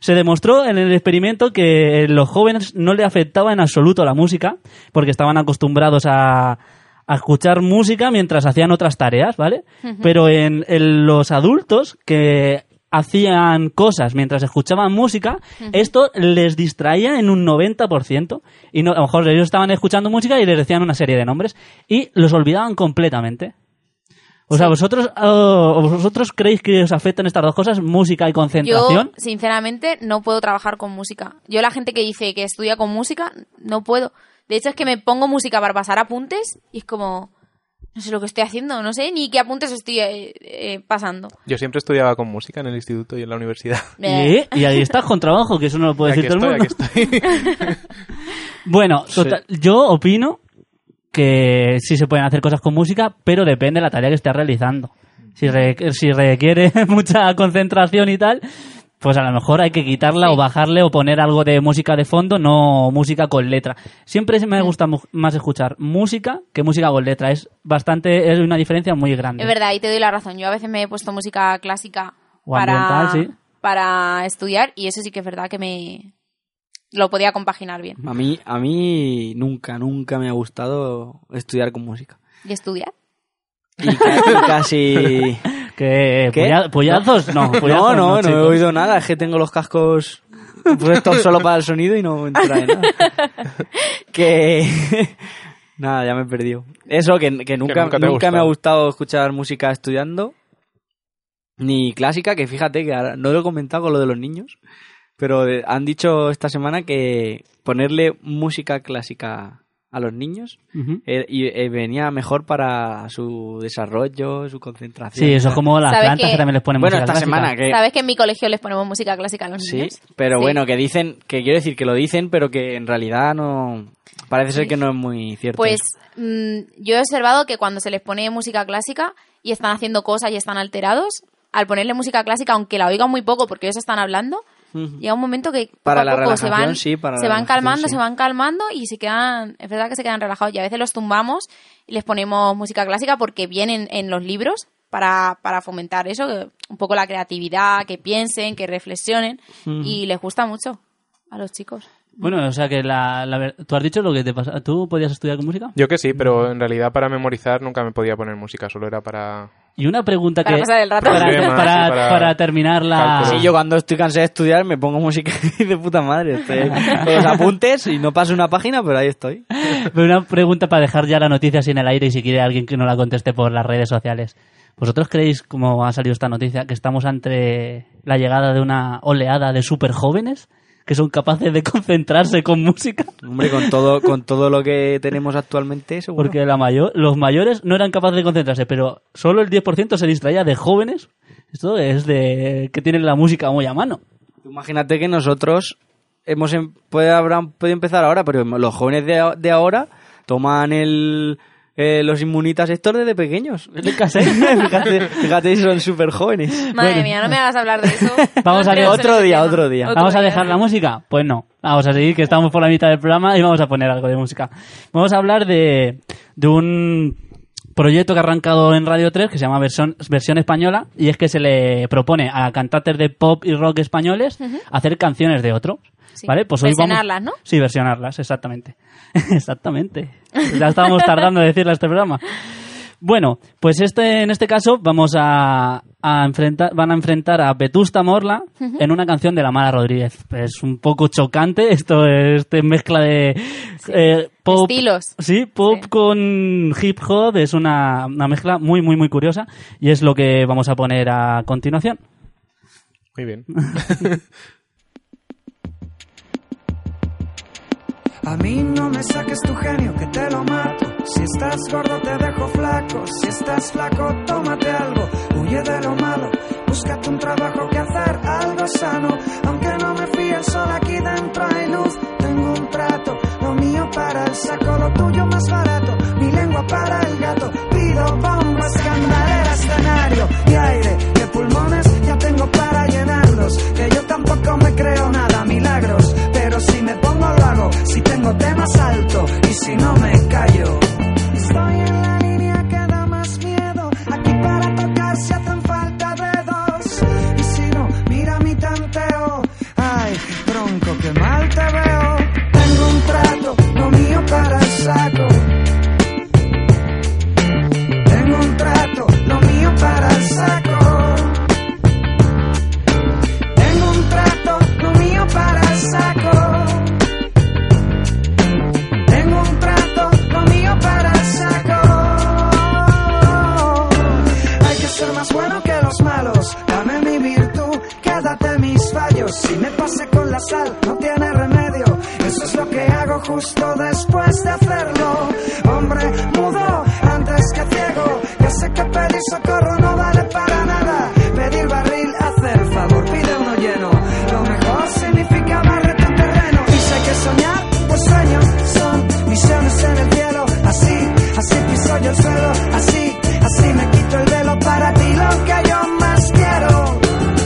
S8: Se demostró en el experimento que eh, los jóvenes no le afectaba en absoluto la música, porque estaban acostumbrados a, a escuchar música mientras hacían otras tareas, ¿vale? Pero en, en los adultos que hacían cosas mientras escuchaban música, esto les distraía en un 90%. Y no, a lo mejor ellos estaban escuchando música y les decían una serie de nombres y los olvidaban completamente. O sea, ¿vosotros, oh, ¿vosotros creéis que os afectan estas dos cosas, música y
S10: Yo,
S8: concentración?
S10: sinceramente, no puedo trabajar con música. Yo, la gente que dice que estudia con música, no puedo. De hecho, es que me pongo música para pasar apuntes y es como, no sé lo que estoy haciendo, no sé ni qué apuntes estoy eh, eh, pasando.
S9: Yo siempre estudiaba con música en el instituto y en la universidad.
S10: Eh,
S8: Y, y ahí estás con trabajo, que eso no lo puede
S9: Aquí
S8: decir todo el
S9: estoy,
S8: mundo.
S9: aquí estoy.
S8: Bueno, total- yo opino que sí se pueden hacer cosas con música, pero depende de la tarea que estés realizando. Si, re- si requiere mucha concentración y tal, pues a lo mejor hay que quitarla o bajarle o poner algo de música de fondo, no música con letra. Siempre se me gusta mu- más escuchar música que música con letra. Es bastante, es una diferencia muy grande.
S10: Es verdad, ahí te doy la razón. Yo a veces me he puesto música clásica
S8: O
S10: para,
S8: ambiental, sí.
S10: para estudiar y eso sí que es verdad que me, lo podía compaginar bien.
S2: A mí, a mí nunca, nunca me ha gustado estudiar con música.
S10: ¿Y estudiar?
S2: Y casi... casi-
S8: ¿Qué?
S2: ¿Qué?
S8: ¿Polla- ¿Pollazos? No,
S2: no,
S8: pollazos
S2: no, no, he
S8: chicos.
S2: oído nada. Es que tengo los cascos puestos solo para el sonido y no me entra de nada. Que... nada, ya me he perdido. Eso, que, que nunca,
S9: nunca
S2: nunca,
S9: te ha
S2: me ha
S9: gustado.
S2: gustado escuchar música estudiando. Ni clásica, que fíjate que ahora- no lo he comentado con lo de los niños. Pero de- han dicho esta semana que ponerle música clásica a los niños
S8: Ujú.
S2: eh, y eh, venía mejor para su desarrollo, su concentración.
S8: Sí, eso es como las
S10: ¿Sabes
S8: plantas
S10: qué?
S8: que también les ponen
S2: Bueno,
S8: música
S2: esta
S8: clásica.
S2: semana que
S10: ¿Sabes que en mi colegio les ponemos música clásica a los
S2: Eh, Sí,
S10: niños?
S2: pero
S10: Sí.
S2: bueno, que dicen, que quiero decir que lo dicen, pero que en realidad no. Parece ser que no es muy cierto.
S10: Pues
S2: eso.
S10: mm, yo he observado que cuando se les pone música clásica y están haciendo cosas y están alterados, al ponerle música clásica, aunque la oigan muy poco porque ellos están hablando,
S2: Ujú.
S10: llega un momento que poco
S2: Para
S10: a
S2: la
S10: poco se
S2: relajación,
S10: van,
S2: sí, para la
S10: se van
S2: relajación,
S10: calmando,
S2: sí.
S10: se van calmando y se quedan, es verdad que se quedan relajados y a veces los tumbamos y les ponemos música clásica porque vienen en los libros para, para fomentar eso, que- un poco la creatividad, que piensen, que reflexionen y les gusta mucho a los chicos.
S8: Bueno, o sea que la, la ver- tú has dicho lo que te pasa. ¿Tú podías estudiar con música?
S9: Yo que sí, pero en realidad para memorizar nunca me podía poner música, solo era para...
S8: Y una pregunta
S10: Para
S8: que
S10: pasar el rato.
S8: para,
S9: Problemas,
S8: para-
S9: sí, para-
S8: para terminar la
S9: Cálculo.
S2: Pues Sí, yo cuando estoy cansado de estudiar me pongo música y de puta madre. estoy con los apuntes y no paso una página, pero ahí estoy.
S8: Pero una pregunta para dejar ya la noticia así en el aire y si quiere alguien que no la conteste por las redes sociales. ¿Vosotros creéis, como ha salido esta noticia, que estamos ante la llegada de una oleada de super jóvenes que son capaces de concentrarse con música?
S2: Hombre, con todo, con todo lo que tenemos actualmente, seguro.
S8: Porque la mayor, los mayores no eran capaces de concentrarse, pero solo el 10% se distraía de jóvenes. Esto es de que tienen la música muy a mano.
S2: Tú Imagínate que nosotros hemos em- puede, habrán podido empezar ahora, pero los jóvenes de, a- de ahora toman el, eh, los inmunitas estos desde pequeños. fíjate, fíjate si son súper jóvenes.
S10: Madre
S8: Bueno.
S10: mía, no me hagas hablar de eso.
S8: Vamos
S10: No
S8: a ver
S10: creo
S2: otro
S10: en ese
S2: día,
S10: tema.
S2: otro día.
S8: ¿Vamos a dejar la música? Pues no. Vamos a seguir, que estamos por la mitad del programa y vamos a poner algo de música. Vamos a hablar de, de un proyecto que ha arrancado en Radio 3 que se llama Versión, Versión Española y es que se le propone a cantantes de pop y rock españoles hacer canciones de otros.
S10: Sí.
S8: ¿Vale? Pues hoy vamos-
S10: Versionarlas, ¿no?
S8: Sí, versionarlas, exactamente. exactamente. Ya estábamos tardando en decirla este programa. Bueno, pues este, en este caso vamos a, a enfrentar, van a enfrentar a Vetusta Morla en una canción de La Mala Rodríguez. Es un poco chocante esto, este mezcla de eh, pop,
S10: Estilos.
S8: sí, pop
S10: Sí.
S8: con hip hop es una, una mezcla muy muy muy curiosa y es lo que vamos a poner a continuación.
S9: Muy bien.
S5: A mí no me saques tu genio, que te lo mato. Si estás gordo, te dejo flaco. Si estás flaco, tómate algo. Huye de lo malo. Búscate un trabajo que hacer, algo sano. Aunque no me fíe el sol, aquí dentro hay luz. Tengo un trato, lo mío para el saco, lo tuyo más barato. Mi lengua para el gato. Pido bombas, candelera, escenario y aire. De pulmones ya tengo para llenarlos. Que yo tampoco me creo nada, milagros. Pero si me pongo lo hago, si tengo temas alto y si no me callo. Estoy en la línea que da más miedo. Aquí para tocar se hacen falta dedos. Y si no, mira mi tanteo. Ay, bronco, que mal te veo. Tengo un trato, lo mío para el saco. Tengo un trato, lo mío para el saco. Tengo un trato, lo mío para el saco. Tengo un trato, lo mío para el saco. Hay que ser más bueno que los malos. Dame mi virtud, quédate mis fallos. Si me pasé con la sal, no tiene remedio. Eso es lo que hago justo después de hacerlo. Hombre, mudo, antes que ciego. Ya sé que pedir socorro no vale para nada. Pedir barril, hacer favor, pide uno lleno. Lo mejor significa barrete en terreno. Y sé que soñar, pues sueños son misiones en el cielo. Así, así piso yo el suelo. Así, así me quito el velo para ti, lo que yo más quiero.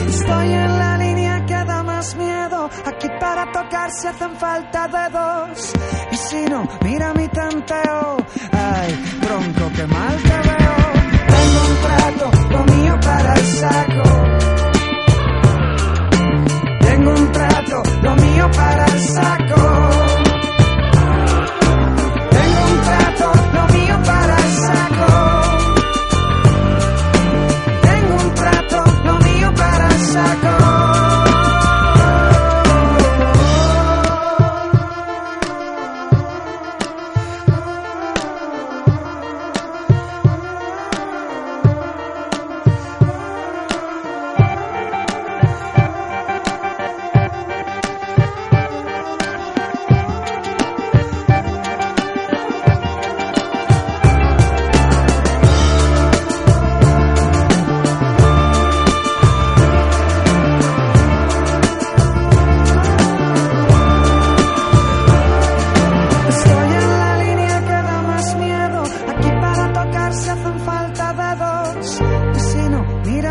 S5: Estoy en la línea que da más miedo. Aquí para tocar se hacen falta dedos. Y si no, mira mi tanteo. Ay, bronco, que mal te veo. Tengo un trato, lo mío para el saco. Tengo un trato, lo mío para el saco.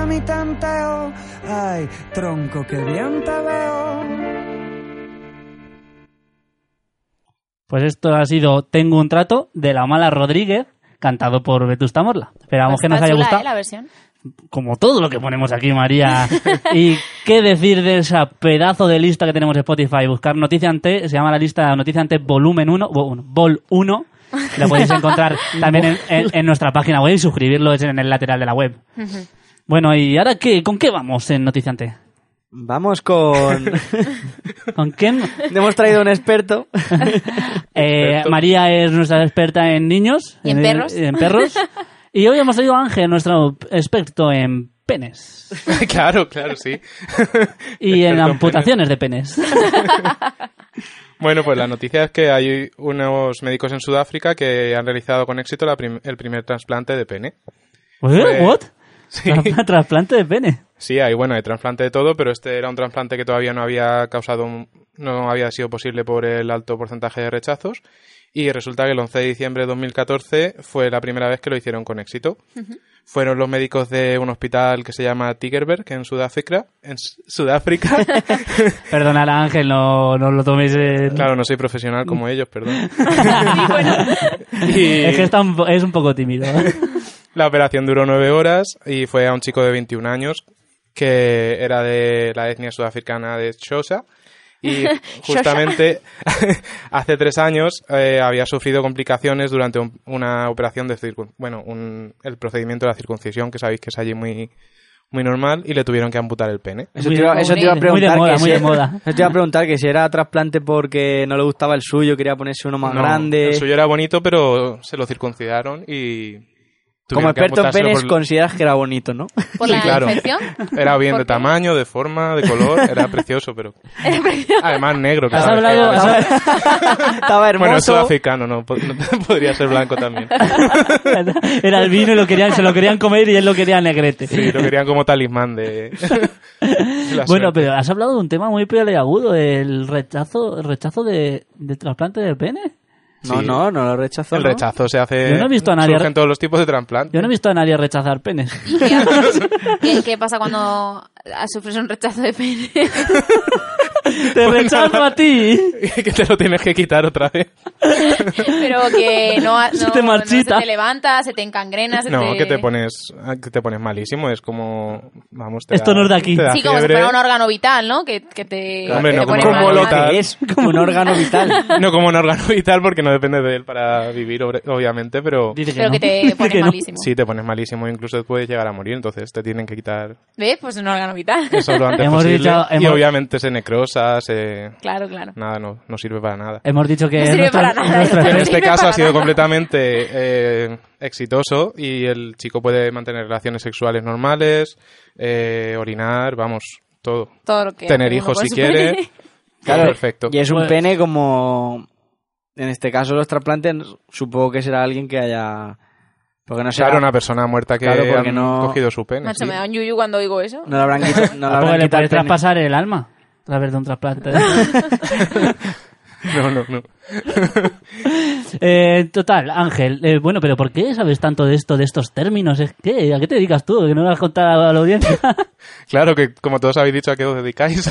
S5: mi tanteo. Ay, tronco, que bien te veo.
S8: Pues esto ha sido Tengo un trato de la mala Rodríguez, cantado por Vetusta Morla. Esperamos
S10: Pues
S8: que nos
S10: está
S8: haya
S10: chula,
S8: gustado.
S10: ¿eh? la versión.
S8: Como todo lo que ponemos aquí, María. y qué decir de esa pedazo de lista que tenemos en Spotify. Buscar Noticia Ante, se llama la lista Noticia Ante Volumen 1, Vol 1. Vol 1. La podéis encontrar también en, en- en nuestra página web y suscribirlo es en el lateral de la web. Bueno, ¿y ahora qué? ¿Con qué vamos en Noticia Ante?
S2: Vamos con...
S8: ¿Con quién?
S2: Hemos traído un experto.
S8: Eh, María es nuestra experta en niños. Eh,
S10: Y en perros.
S8: en perros. Y hoy hemos traído a Ángel, nuestro experto en penes.
S9: claro, claro, sí.
S8: Y en
S9: Experto en
S8: amputaciones de penes.
S9: Bueno, pues la noticia es que hay unos médicos en Sudáfrica que han realizado con éxito la prim- el primer trasplante de pene.
S8: ¿Eh? ¿What?
S9: Sí.
S8: Tra- Trasplante de pene.
S9: Sí, hay, bueno, hay trasplante de todo, pero este era un trasplante que todavía no había causado, un- no había sido posible por el alto porcentaje de rechazos. Y resulta que el 11 de diciembre de 2014 fue la primera vez que lo hicieron con éxito. Fueron los médicos de un hospital que se llama Tigerberg en Sudáfrica. En S- Sudáfrica.
S8: Perdonad, Ángel, no, no lo toméis en-
S9: claro, no soy profesional como ellos, perdón.
S8: Ah, Es que está un po- es un poco tímido. ¿eh?
S9: La operación duró nueve horas y fue a un chico de 21 años que era de la etnia sudafricana de Xhosa. Y justamente hace tres años eh, había sufrido complicaciones durante un- una operación de circun bueno, un- el procedimiento de la circuncisión, que sabéis que es allí muy, muy normal, y le tuvieron que amputar el pene.
S2: Eso te, iba, eso te iba a
S8: Muy de
S2: preguntar.
S8: moda,
S2: que
S8: muy
S2: si-
S8: de moda.
S2: eso te iba a preguntar que si era trasplante porque no le gustaba el suyo, quería ponerse uno más
S9: No,
S2: grande.
S9: El suyo era bonito, pero se lo circuncidaron y...
S2: Como
S9: tuvieron que
S2: experto en
S9: amputárselo
S2: penes
S9: por-
S2: consideras que era bonito, ¿no?
S10: Por
S9: Sí,
S10: la
S9: claro.
S10: infección.
S9: Era bien
S10: ¿Por
S9: de
S10: qué?
S9: tamaño, de forma, de color, era precioso, pero...
S10: Era precioso.
S9: Además negro, que
S8: Has
S9: sabes
S8: hablado-
S9: que-
S8: has-
S2: Estaba hermoso.
S9: Bueno, es sudafricano, no, po- no- podría ser blanco también.
S8: Era el vino y lo querían, se lo querían comer y él lo quería negrete.
S9: Sí, lo querían como talismán de... de la
S8: Bueno,
S9: suerte.
S8: pero has hablado de un tema muy peleagudo, el rechazo, el rechazo de, de trasplante de pene.
S2: No,
S9: sí.
S2: no, no lo rechazó.
S9: El
S2: ¿no?
S9: rechazo se hace...
S8: Yo no he visto a nadie-
S9: Surgen todos los tipos de trasplante.
S8: Yo no he visto a nadie rechazar penes.
S10: ¿Y qué haces? ¿Qué, qué pasa cuando sufres un rechazo de pene?
S8: Te rechazo a ti.
S9: que te lo tienes que quitar otra vez.
S10: Pero que no, ha-
S8: Se
S10: no-
S8: te
S10: no
S8: marchita.
S10: se te levanta, se te encangrena, se
S9: No,
S10: te...
S9: que te pones ah, que te pones malísimo, es como... Vamos, te
S8: Esto
S9: da-
S8: no es de aquí.
S9: te da
S10: Sí, como si
S9: fiebre.
S10: fuera un órgano vital, ¿no? Que, que te...
S9: Hombre,
S10: te
S9: no,
S10: pone
S9: como
S10: mal,
S2: Como lo
S10: mal.
S9: vital.
S2: que es, como un órgano vital.
S9: No como un órgano vital porque no depende de él para vivir, obre- obviamente, pero...
S8: Dice
S10: Pero que te
S8: Dice
S10: pones
S8: que no.
S10: malísimo.
S9: Sí, te pones malísimo, incluso puedes llegar a morir, entonces te tienen que quitar
S10: ¿Ves? Pues un órgano vital.
S9: eso lo antes
S8: Hemos
S9: posible.
S8: dicho-
S9: Y
S8: hemos-
S9: obviamente se necrosa, se...
S10: Claro, claro.
S9: Nada, no, no sirve para nada.
S8: Hemos dicho que
S10: No
S8: es
S10: sirve
S8: nuestro-
S10: para nada.
S8: es nuestro
S10: Pero
S9: En
S8: experto.
S10: no
S9: este
S10: sirve
S9: caso
S10: para
S9: ha sido
S10: nada.
S9: completamente eh, exitoso y el chico puede mantener relaciones sexuales normales, eh, orinar, vamos, todo.
S10: Todo lo que...
S9: Tener
S10: hace uno
S9: hijos
S10: con
S9: si
S10: su
S9: quiere.
S10: pene.
S9: Claro, perfecto.
S2: Y es un
S8: Pues-
S2: pene como... En este caso los trasplantes supongo que será alguien que haya... Porque no será...
S9: Claro, una persona muerta que
S2: Claro, porque
S9: han
S2: no-
S9: cogido su pene.
S10: Macho, me da un yuyu cuando oigo eso.
S2: No le habrán quitado, no le
S8: Tampoco
S2: habrán
S8: le
S2: quitado el
S8: puedes
S2: pene.
S8: traspasar el alma a través de un trasplante.
S9: No, no, no.
S8: eh, total, Ángel. eh, bueno, pero ¿por qué sabes tanto de esto, de estos términos? Es que, ¿A qué te dedicas tú? Que no lo has contado a la audiencia.
S9: Claro que, como todos habéis dicho, ¿a qué os dedicáis?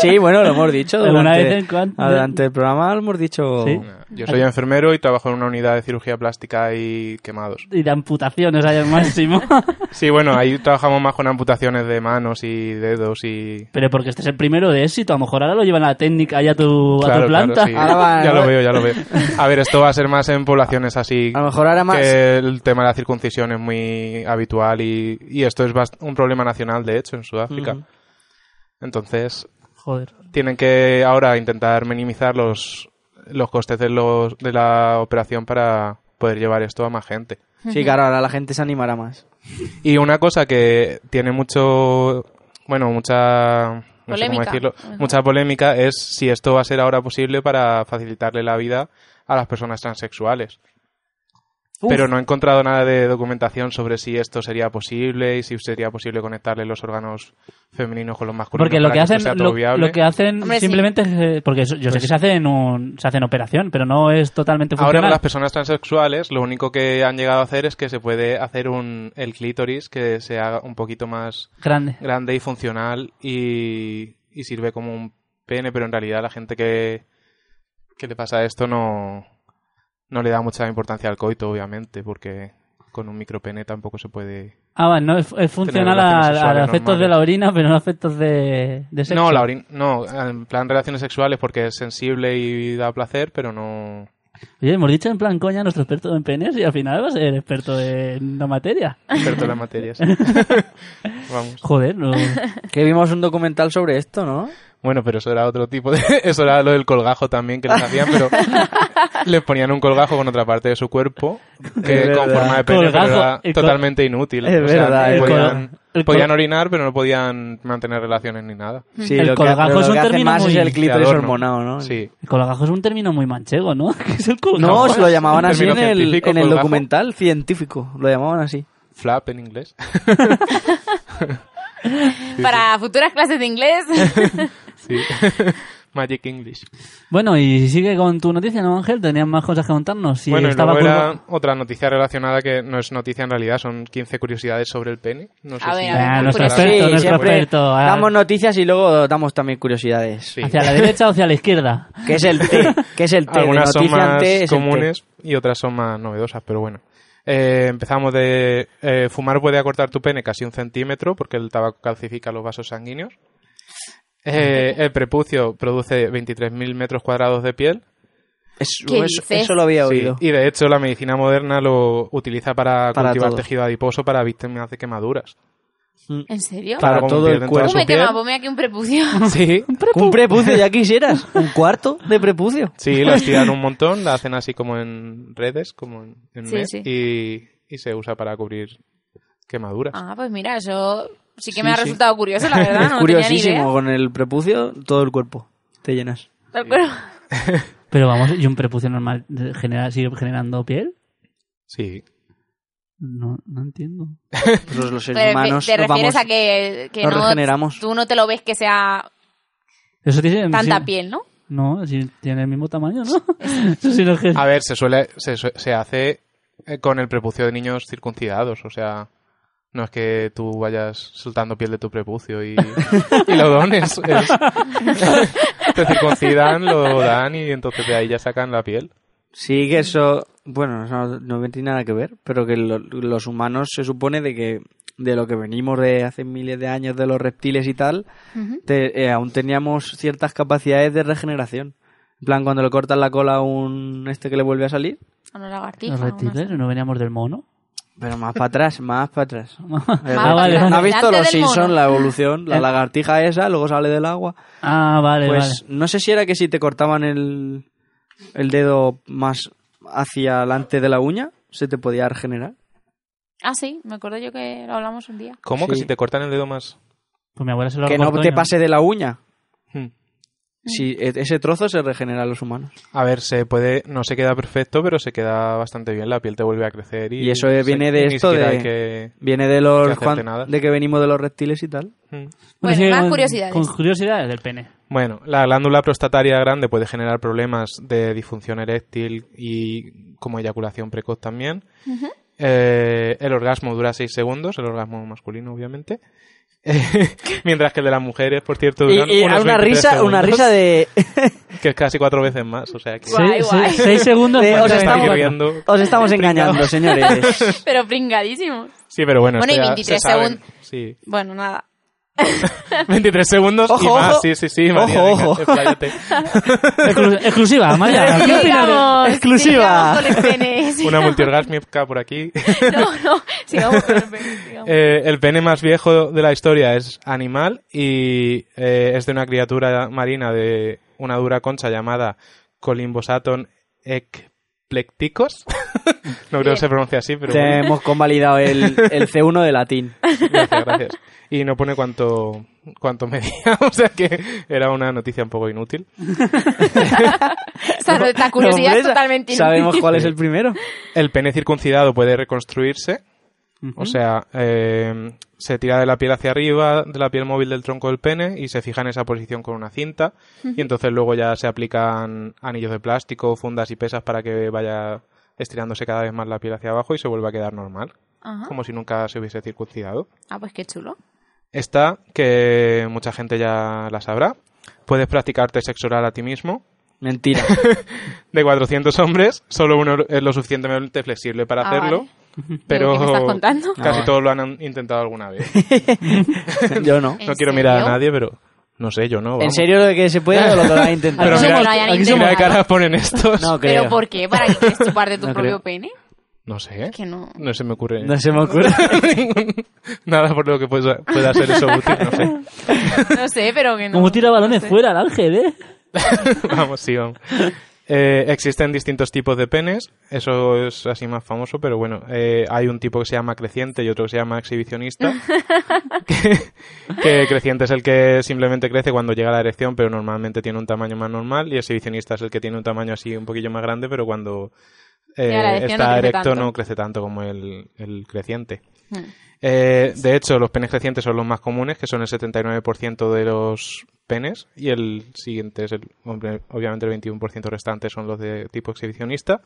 S2: Sí, bueno, lo hemos dicho.
S8: Alguna
S2: Durante,
S8: vez en cuan-
S2: durante el programa lo hemos dicho...
S9: Oh.
S8: Sí.
S9: Yo soy enfermero y trabajo en una unidad de cirugía plástica y quemados.
S8: y de amputaciones al máximo.
S9: Sí, bueno, ahí trabajamos más con amputaciones de manos y dedos y...
S8: pero porque este es el primero de éxito. A lo mejor ahora lo llevan a la técnica y a tu, a tu
S9: Claro, claro,
S8: planta.
S9: sí.
S2: Ahora va-
S9: Ya lo veo, ya lo veo. A ver, esto va a ser más en poblaciones así
S2: A lo mejor ahora Ah, más...
S9: que el tema de la circuncisión es muy habitual y, y esto es bast- un problema nacional, de hecho, en Sudáfrica.
S2: Ujú.
S9: Entonces,
S8: Joder.
S9: tienen que ahora intentar minimizar los, los costes de, los, de la operación para poder llevar esto a más gente.
S2: Sí, claro, ahora la gente se animará más.
S9: Y una cosa que tiene mucho, bueno, mucha... No sé cómo
S10: Polémica.
S9: decirlo, mucha polémica es si esto va a ser ahora posible para facilitarle la vida a las personas transexuales.
S2: Uf.
S9: Pero no he encontrado nada de documentación sobre si esto sería posible y si sería posible conectarle los órganos femeninos con los masculinos.
S8: Porque lo
S9: para
S8: que, hacen,
S9: esto sea todo
S8: lo,
S9: viable. Pues
S8: lo que hacen
S10: Hombre, sí.
S8: simplemente es, eh, porque eso- yo sé que se hace en un, se hace en operación, pero no es totalmente
S9: Ahora con
S8: funcional.
S9: las personas transexuales lo único que han llegado a hacer es que se puede hacer un, el clítoris que se haga un poquito más
S8: Grande.
S9: grande y funcional y, y sirve como un pene, pero en realidad la gente que, que le pasa esto no, no le da mucha importancia al coito, obviamente, porque con un micropene tampoco se puede...
S8: Ah, vale, no, es, es funcional
S9: relaciones
S8: a, a
S9: sexuales
S8: los efectos
S9: normales.
S8: de la orina, pero no a efectos de, de sexo.
S9: No, la orin- no, en plan relaciones sexuales porque es sensible y da placer, pero no...
S8: Oye, hemos dicho en plan coña nuestro experto en penes y al final va a ser experto en la materia.
S9: Experto en las materias. Vamos.
S8: Joder, no.
S2: Que vimos un documental sobre esto, ¿no?
S9: Bueno, pero eso era otro tipo de... Eso era lo del colgajo también que les hacían, pero les ponían un colgajo con otra parte de su cuerpo que
S2: Es
S9: con
S2: verdad.
S9: forma de pene, pero
S8: Colgajo,
S9: era
S8: el col-
S9: totalmente inútil.
S2: Es
S9: O sea,
S2: verdad,
S9: no
S2: el
S9: podían,
S8: col- el
S9: podían
S8: col-
S9: orinar, pero no podían mantener relaciones ni nada.
S2: Sí,
S8: El
S2: lo que,
S8: colgajo
S2: pero
S8: es
S2: lo
S8: un
S2: que hacen
S8: término
S2: más
S8: muy
S2: es el clítoris
S9: De adorno.
S2: hormonado, ¿no?
S9: Sí.
S8: El colgajo es un término muy manchego, ¿no? ¿Qué es el colgajo?
S2: No, se lo llamaban
S9: Un
S2: así en
S9: término
S2: el,
S9: científico,
S2: en el
S9: colgajo.
S2: documental científico, lo llamaban así.
S9: Flap en inglés.
S10: Para futuras clases de inglés.
S9: Sí. Magic English.
S8: Bueno, y sigue con tu noticia, ¿no, Ángel? Tenían más cosas que contarnos. Si
S9: bueno, y
S8: estaba
S9: luego
S8: curva-
S9: era otra noticia relacionada que no es noticia en realidad, son 15 curiosidades sobre el pene. No sé
S10: A
S9: si-
S10: ver, a ver,
S8: Ah,
S10: por
S8: nuestro
S10: curiosidad.
S8: experto,
S2: sí,
S8: nuestro
S2: siempre
S8: experto. Ah,
S2: damos noticias y luego damos también curiosidades.
S9: Sí.
S8: ¿Hacia la derecha o hacia la izquierda?
S2: Que es el T, que es el T.
S9: Algunas
S2: de
S9: son
S2: noticia
S9: más
S2: ante es el T.
S9: comunes y otras son más novedosas, pero bueno. Eh, empezamos de eh, fumar puede acortar tu pene casi un centímetro porque el tabaco calcifica los vasos sanguíneos. Eh, el prepucio produce 23.000 metros cuadrados de piel.
S2: Eso,
S10: ¿Qué
S2: eso-
S10: dices?
S2: eso lo había
S9: Sí,
S2: oído.
S9: y de hecho la medicina moderna lo utiliza para,
S2: Para
S9: cultivar
S2: todo.
S9: tejido adiposo para víctimas de quemaduras.
S10: ¿En serio?
S2: Para
S9: como
S2: todo el
S9: pierden toda
S2: cuerpo.
S9: su
S10: Ponme quema,
S9: piel.
S10: ponme aquí un prepucio.
S9: Sí,
S2: Un prepucio, ya quisieras. Un cuarto de prepucio.
S9: Sí, la estiran un montón, la hacen así como en redes, como en, en
S10: Sí,
S9: net,
S10: sí.
S9: Y, y se usa para cubrir quemaduras.
S10: Ah, pues mira, eso sí que
S9: Sí,
S10: me ha
S9: sí.
S10: resultado curioso, la verdad. Ah, No tenía ni
S2: Curiosísimo,
S10: idea.
S2: con el prepucio todo el cuerpo. Te llenas.
S10: Tal cual.
S8: Pero vamos, ¿y un prepucio normal eh, genera, sigue generando piel?
S9: Sí.
S8: No, no entiendo.
S2: Pues los, los seres
S10: Pero
S2: humanos
S10: te, te
S2: nos
S10: refieres
S2: vamos-
S10: a que, que
S2: nos
S10: no,
S2: regeneramos.
S10: tú no te lo ves que sea
S8: Eso tiene,
S10: tanta
S8: sí-
S10: piel, ¿no?
S8: No, si tiene el mismo tamaño, ¿no? Eso sí no es que...
S2: Ah,
S9: A ver, se suele, se, su- se hace eh, con el prepucio de niños circuncidados, o sea, no es que tú vayas soltando piel de tu prepucio y, y lo dones. es- te circuncidan, lo dan y entonces de ahí ya sacan la piel.
S2: Sí, que eso. Bueno, eso no, no tiene nada que ver, pero que lo- los humanos se supone de que de lo que venimos de hace miles de años de los reptiles y tal, te- eh, aún teníamos ciertas capacidades de regeneración. En plan, cuando le cortan la cola a un este que le vuelve a salir,
S10: O no lagartija.
S8: Los
S10: o no
S8: reptiles,
S10: sé.
S8: no veníamos del mono.
S2: pero más para atrás, más para atrás.
S8: Ah, vale,
S2: ¿No
S8: vale.
S2: has visto los
S10: Delante del mono.
S2: Simpsons, la evolución? La
S8: Eh.
S2: lagartija esa, luego sale del agua.
S8: Ah, vale,
S2: Pues
S8: vale.
S2: no sé si era que si te cortaban el, el dedo más hacia adelante de la uña, se te podía regenerar.
S10: Ah, sí, me acuerdo yo que lo hablamos un día.
S9: ¿Cómo? Que
S2: Sí.
S9: si te cortan el dedo más...
S8: Pues mi abuela se lo
S2: que no
S8: cortó y
S2: te pase de la uña.
S9: Hmm.
S2: Si e- ese trozo se regenera a los humanos.
S9: A ver, se puede, no se queda perfecto, pero se queda bastante bien, la piel te vuelve a crecer y...
S2: Y eso
S9: se-
S2: viene de
S9: ni
S2: esto
S9: siquiera
S2: de-
S9: hay que-
S2: Viene de
S9: Que
S2: los
S9: hacerte
S2: cuan-
S9: nada.
S2: de que venimos de los reptiles y tal.
S9: Mm.
S10: Bueno,
S8: sigue
S10: más
S8: con-
S10: curiosidades.
S8: Con curiosidades del pene.
S9: Bueno, la glándula prostataria grande puede generar problemas de disfunción eréctil y como eyaculación precoz también. Eh, el orgasmo dura 6 segundos, el orgasmo masculino obviamente. Eh, mientras que el de las mujeres, por cierto,
S2: Y,
S9: duran
S2: y
S9: unos
S2: una
S9: 23
S2: risa, una
S9: segundos,
S2: risa de
S9: que es casi cuatro veces más, o sea que
S10: Guay,
S8: seis,
S10: guay.
S8: seis- seis segundos. pues,
S2: de- Eh, os
S9: Cuando
S8: cuarenta y
S2: estamos
S8: cuatro.
S9: viendo-
S2: os estamos engañando, señores.
S10: Pero pringadísimos.
S9: Sí, pero bueno,
S10: Bueno,
S9: esto
S10: y
S9: ya se
S10: 23
S9: saben,
S10: segun-
S9: Sí.
S10: Bueno, nada.
S9: 23 segundos y
S2: Ojo,
S9: más,
S2: ojo.
S9: sí, sí, sí, María,
S2: Ojo,
S9: venga,
S2: ojo.
S9: expláyate.
S8: Exclu- exclusiva, Amaya. ¿Qué opinas de-
S10: Sigamos,
S2: Exclusiva.
S10: sigamos con los penes.
S9: Una multiorgásmica por aquí.
S10: No, no, sigamos con los penes, sigamos.
S9: Eh, el pene más viejo de la historia es animal y eh, es de una criatura marina de una dura concha llamada Colimbosaton ecplaton plecticos. no creo que se pronuncie así, pero
S2: Te
S9: bueno,
S2: hemos convalidado el, el C1 de latín.
S9: gracias, gracias. Y no pone cuánto, cuánto medía, o sea que era una noticia un poco inútil.
S10: O sea, la curiosidad
S2: Hombre,
S10: es totalmente inútil.
S2: Sabemos cuál es el primero.
S9: El pene circuncidado puede reconstruirse. O sea, eh, se tira de la piel hacia arriba, de la piel móvil del tronco del pene y se fija en esa posición con una cinta. Y entonces luego ya se aplican anillos de plástico, fundas y pesas para que vaya estirándose cada vez más la piel hacia abajo y se vuelva a quedar normal.
S10: Ajá.
S9: Como si nunca se hubiese circuncidado.
S10: Ah, pues qué chulo.
S9: Esta, que mucha gente ya la sabrá. Puedes practicarte sexo oral a ti mismo
S2: Mentira.
S9: de 400 hombres, solo uno es lo suficientemente flexible para
S10: Ah,
S9: hacerlo. Pero
S10: ¿Qué me estás contando?
S9: casi
S2: Ah.
S9: todos lo han intentado alguna vez.
S2: Yo no.
S10: ¿En
S9: No quiero mirar a
S10: serio?
S9: nadie, pero no sé, yo no.
S2: ¿En
S9: vamos.
S2: serio lo de que se puede o lo que lo has intentado?
S9: Pero
S10: Aquí
S9: mira,
S10: somos- aquí
S9: ¿Qué
S10: somos-
S9: mira caras ponen estos?
S2: No creo.
S10: ¿Pero por qué? ¿Para qué quieres chupar de tu
S2: No
S10: propio
S2: creo.
S10: pene?
S9: No sé. ¿eh?
S10: Que no.
S9: No se me ocurre
S2: No se me ocurre.
S9: nada por lo que pueda, pueda ser eso útil, no sé.
S10: No sé, pero que no.
S8: Como tira balones fuera el ángel, ¿eh?
S9: Vamos, sí, vamos. Eh, existen distintos tipos de penes, eso es así más famoso, pero bueno, eh, hay un tipo que se llama creciente y otro que se llama exhibicionista. que, que creciente es el que simplemente crece cuando llega la erección, pero normalmente tiene un tamaño más normal, y exhibicionista es el que tiene un tamaño así un poquillo más grande, pero cuando eh,
S10: Ya, la erección
S9: está
S10: no crece
S9: erecto
S10: tanto.
S9: no crece tanto como el, el creciente.
S10: Hmm.
S9: Eh, de hecho, los penes crecientes son los más comunes, que son el 79% de los penes, y el siguiente es el, hombre, obviamente el 21% restante son los de tipo exhibicionista.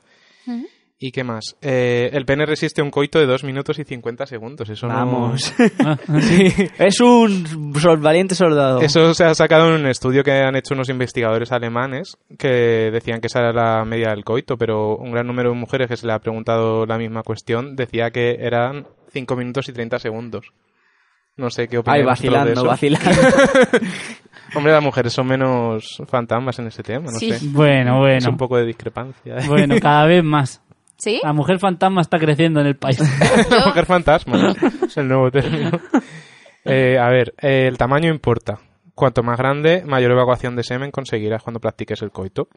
S10: Ujú.
S9: ¿Y qué más? Eh, el pene resiste un coito de 2 minutos y 50 segundos. Eso no-
S2: Vamos.
S9: Ah,
S2: Es un sol- valiente soldado.
S9: Eso se ha sacado en un estudio que han hecho unos investigadores alemanes que decían que esa era la media del coito, pero un gran número de mujeres que se le ha preguntado la misma cuestión decía que eran 5 minutos y 30 segundos. No sé qué opináis
S2: Ay,
S9: vosotros de
S2: vacilando,
S9: eso.
S2: vacilando.
S9: Hombre, las mujeres son menos fantasmas en ese tema, no
S10: Sí.
S9: sé.
S8: Bueno,
S9: Es un
S8: bueno.
S9: poco de discrepancia.
S8: Bueno, cada vez más.
S10: ¿Sí?
S8: La mujer fantasma está creciendo en el país.
S9: La mujer fantasma, ¿no? es el nuevo término. Eh, a ver, eh, el tamaño importa. Cuanto más grande, mayor evacuación de semen conseguirás cuando practiques el coito.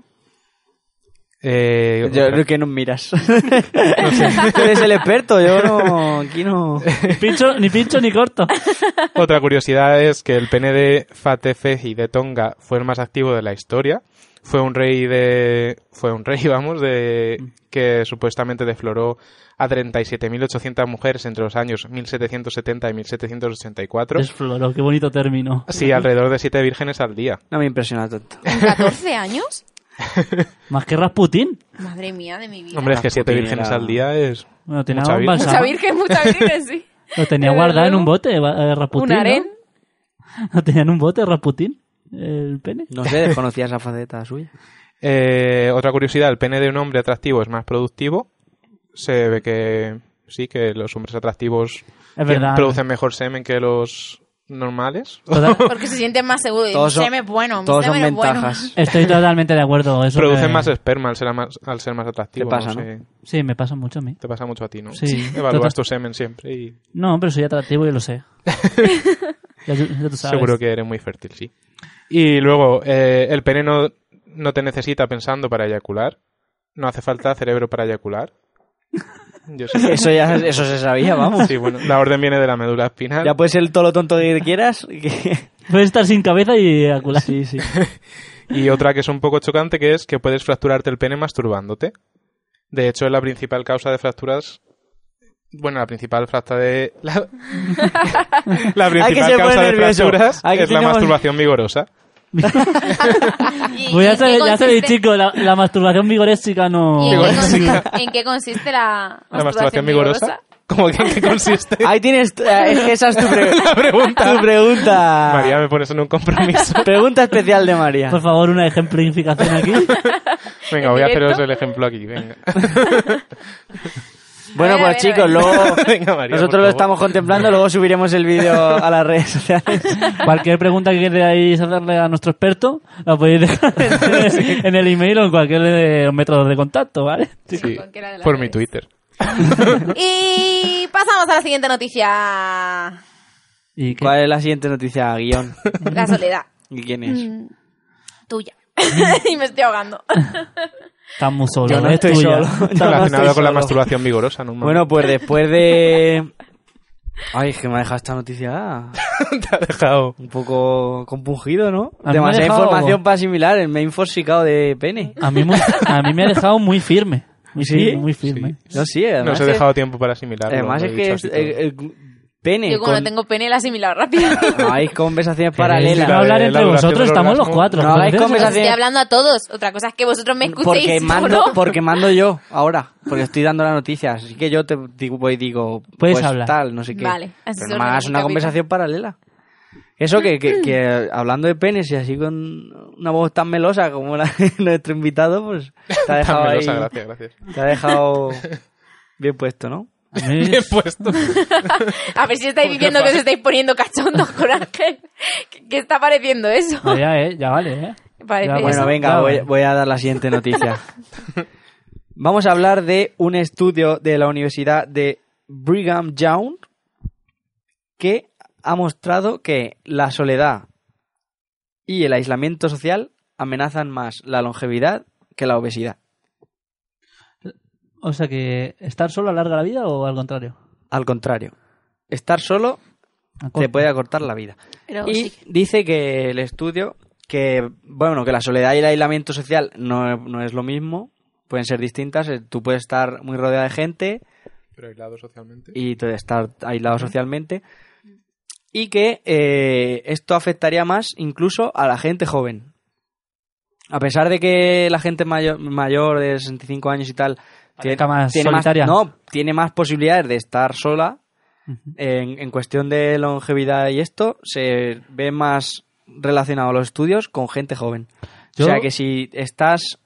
S9: Eh,
S2: Yo creo que nos miras. Tú eres el experto, yo no. Aquí no.
S8: Ni pincho, ni pincho ni corto.
S9: Otra curiosidad es que el pene de Fatefeji de Tonga fue el más activo de la historia. Fue un rey de. Fue un rey, vamos, de. que supuestamente defloró a 37.800 mujeres entre los años 1770 y 1784.
S8: Desfloró, qué bonito término.
S9: Sí, alrededor de siete vírgenes al día.
S2: No me impresiona tanto.
S10: ¿En 14 años?
S8: Más que Rasputín.
S10: Madre mía de mi vida.
S9: Hombre, es que siete
S2: Rasputin
S9: vírgenes
S2: era-
S9: al día es.
S8: Bueno, tenía
S9: Mucha
S8: un
S9: virgen.
S10: mucha
S8: balsamo.
S10: virgen, mucha virgen, sí.
S8: Lo tenía
S10: Desde
S8: guardado en
S10: luego.
S8: un bote, eh, Rasputín.
S10: Un
S8: ¿no?
S10: harén.
S8: Lo tenía en un bote, Rasputín. El pene.
S2: No sé, desconocía esa faceta suya.
S9: Eh, otra curiosidad, el pene de un hombre atractivo es más productivo. Se ve que sí, que los hombres atractivos
S8: Es verdad.
S9: producen mejor semen que los normales.
S8: Total-
S10: Porque se sienten más seguros.
S2: Todos son-
S10: Mi semen es bueno, mi
S2: Todos son
S10: semen es bueno.
S2: ventajas.
S8: Estoy totalmente de acuerdo. Eso
S9: Producen
S8: me-
S9: más esperma al ser más, al ser más atractivo.
S2: Te pasa,
S9: no sé.
S8: Sí, me pasa mucho a mí.
S9: Te pasa mucho a ti, ¿no?
S8: Sí. Total.
S9: Evalúas tu semen siempre y
S8: No, pero soy atractivo y lo sé. ya, tú- ya tú sabes.
S9: seguro que eres muy fértil, sí. Y luego, eh, el pene no, no te necesita pensando para eyacular. No hace falta cerebro para eyacular. Yo sé que-
S2: Eso ya eso se sabía, vamos.
S9: Sí, bueno, la orden viene de la médula espinal.
S2: Ya puedes ser todo lo tonto que quieras. que-
S8: Puedes estar sin cabeza y acular.
S2: Sí, sí.
S9: Y otra que es un poco chocante, que es que puedes fracturarte el pene masturbándote. De hecho, es la principal causa de fracturas. Bueno, la principal fracta de. La, la
S2: Ay, que
S9: principal
S2: se pone
S9: causa de
S2: nervioso.
S9: fracturas
S2: Ay, que
S9: es la
S2: tenemos-
S9: masturbación vigorosa.
S10: ¿Y- y
S8: Pues ya
S10: en qué
S8: sabéis, ya sabéis,
S10: consiste-
S8: chicos, la, la masturbación vigorésica no...
S10: ¿Y en, qué
S9: Vigorosa.
S10: consiste, en qué consiste la
S9: La masturbación vigorosa. ¿Cómo que en qué consiste?
S2: Ahí tienes. eh, Es que esa es tu, pre-
S9: La pregunta.
S2: tu pregunta.
S9: María, Pues, me pones en un compromiso.
S2: Pregunta especial de María.
S8: Por favor, una ejemplificación aquí.
S9: Venga, voy a
S10: ¿En directo?
S9: haceros el ejemplo aquí. Venga,
S2: Bueno, pues
S10: A ver, a ver, a
S2: chicos,
S10: ver.
S2: luego.
S9: Venga María. por
S2: Nosotros lo
S9: favor.
S2: estamos contemplando, luego subiremos el vídeo a las redes sociales.
S8: Cualquier pregunta que queráis hacerle a nuestro experto, la podéis dejar en, en el email o en cualquier de- método de contacto, ¿vale?
S9: Sí,
S10: cualquiera de las
S9: por mi
S10: redes.
S9: Twitter.
S10: Y pasamos a la siguiente noticia.
S8: Y que-
S2: ¿Cuál es la siguiente noticia, guión?
S10: La soledad.
S2: ¿Y quién es?
S10: Tuya. y me estoy ahogando.
S8: Estás muy solo.
S2: Yo no
S8: es
S2: estoy
S8: tuya.
S2: solo. Yo
S9: Está
S2: no
S9: relacionado
S2: estoy
S9: con la
S2: solo.
S9: masturbación vigorosa, ¿no?
S2: Bueno, pues después de... Ay, que me ha dejado esta noticia ah,
S9: te ha dejado.
S2: un poco compungido, ¿no?
S8: A mí me ha
S2: Demasiada
S8: dejado-
S2: información para asimilar, el me he inforsicado de pene.
S8: A mí, mu- a mí me ha dejado muy firme. Muy
S2: ¿Sí?
S8: firme, muy firme.
S2: No, sí, además
S9: No os he
S2: es-
S9: dejado tiempo para asimilarlo.
S2: Además
S9: lo
S2: es
S9: he
S2: que
S9: dicho
S2: es, eh,
S9: así todo.
S2: el- el pene
S10: Yo como
S2: con- Ah,
S10: no tengo pene, la he asimilado rápido. Pues
S2: No hay conversaciones
S8: Queréis No
S2: paralelas.
S8: hablar
S9: La de
S8: entre
S9: la
S8: vosotros,
S9: duración del
S8: estamos los
S9: orgasmo.
S8: cuatro.
S2: No hagáis
S8: Entonces,
S10: Os estoy
S2: conversaciones
S10: hablando a todos. Otra cosa es que vosotros me escuchéis.
S2: porque
S10: ¿no?
S2: mando, porque mando yo ahora, porque estoy dando la noticia, así que yo te digo, voy y digo,
S8: Puedes
S2: pues
S8: hablar.
S2: tal, no sé qué.
S10: Vale, así
S2: Pero
S10: se
S2: no me hagas
S10: organiza,
S2: una
S10: capitán.
S2: conversación paralela. Eso que, que, que hablando de penes y así con una voz tan melosa como la de nuestro invitado, pues te ha
S9: Tan
S2: dejado ahí,
S9: melosa, gracias, gracias.
S2: te ha dejado bien puesto, ¿no?
S8: a mí-
S9: Bien puesto.
S10: A ver si estáis diciendo que os estáis poniendo cachondos con Ángel. ¿Qué- ¿Qué está pareciendo eso?
S8: no, ya, eh, ya vale, eh.
S10: Parece
S8: Ya,
S10: eso.
S2: Bueno, venga,
S8: Claro.
S2: voy, voy a dar la siguiente noticia. Vamos a hablar de un estudio de la Universidad de Brigham Young que ha mostrado que la soledad y el aislamiento social amenazan más la longevidad que la obesidad.
S8: O sea que, ¿estar solo alarga la vida o al contrario?
S2: Al contrario, estar solo te puede acortar la vida.
S10: Pero
S2: Y
S10: sí.
S2: dice que el estudio, que bueno, que la soledad y el aislamiento social no, no es lo mismo, pueden ser distintas, eh, tú puedes estar muy rodeado de gente
S9: Pero aislado socialmente.
S2: y tú estar aislado socialmente, y que eh, esto afectaría más incluso a la gente joven. A pesar de que la gente mayor, mayor de 65 años y tal
S8: Está más solitaria.
S2: no, tiene más posibilidades de estar sola, en, en cuestión de longevidad y esto, se ve más relacionado a los estudios con gente joven.
S8: Yo-
S2: O sea que si estás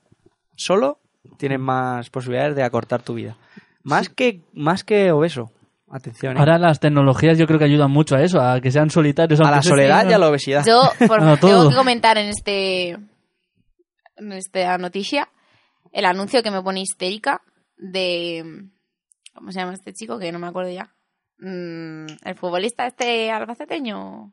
S2: solo, tienes más posibilidades de acortar tu vida. Más que más que obeso. Atención. ¿eh?
S8: Ahora las tecnologías yo creo que ayudan mucho a eso, a que sean solitarios.
S2: a
S8: aunque
S2: la
S8: se-
S2: soledad y a la obesidad.
S10: Yo por,
S8: No, todo.
S10: tengo que comentar en este en esta noticia el anuncio que me pone histérica de ¿cómo se llama este chico? que no me acuerdo ya. Mm, el futbolista este albaceteño.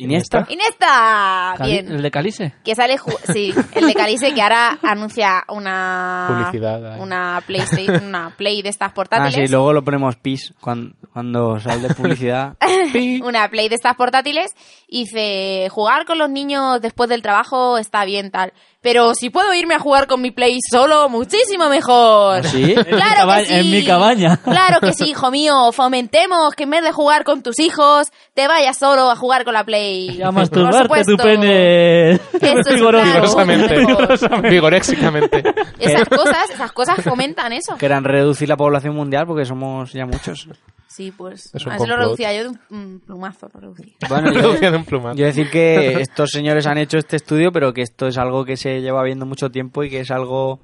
S2: Iniesta.
S10: Iniesta,
S8: Cali-
S10: bien.
S8: ¿El de Calice?
S10: Que sale, ju- sí, el de Calice que ahora anuncia una
S9: Publicidad,
S8: eh.
S9: ahí.
S10: una PlayStation, una Play de estas
S2: Ah,
S10: portátiles.
S2: sí, luego lo ponemos pis cuando, cuando sale de publicidad. Pi.
S10: una Play de estas portátiles y dice, jugar con los niños después del trabajo está bien tal, pero si puedo irme a jugar con mi Play solo, muchísimo mejor.
S2: Ah, ¿Sí?
S10: Claro
S8: En mi
S10: que
S8: cabaña-
S10: sí.
S8: en mi cabaña.
S10: Claro que sí, hijo mío. Fomentemos que en vez de jugar con tus hijos, te vayas solo a jugar con la Play.
S8: Y a
S10: Por
S8: masturbarte tu
S10: supuesto.
S8: pene.
S10: es
S8: Vigoroso.
S10: claro.
S9: Vigorosamente.
S10: Vigorosamente.
S9: Vigoréxicamente.
S10: Esas cosas, esas cosas fomentan eso.
S2: Querrán reducir la población mundial porque somos ya muchos.
S10: Sí, pues.
S9: Es un
S10: a eso lo
S9: complot.
S10: reducía yo de un mm, plumazo, lo reducía.
S2: Bueno, yo-
S9: Producción de un plumazo.
S2: Yo decir que estos señores han hecho este estudio, pero que esto es algo que se lleva viendo mucho tiempo y que es algo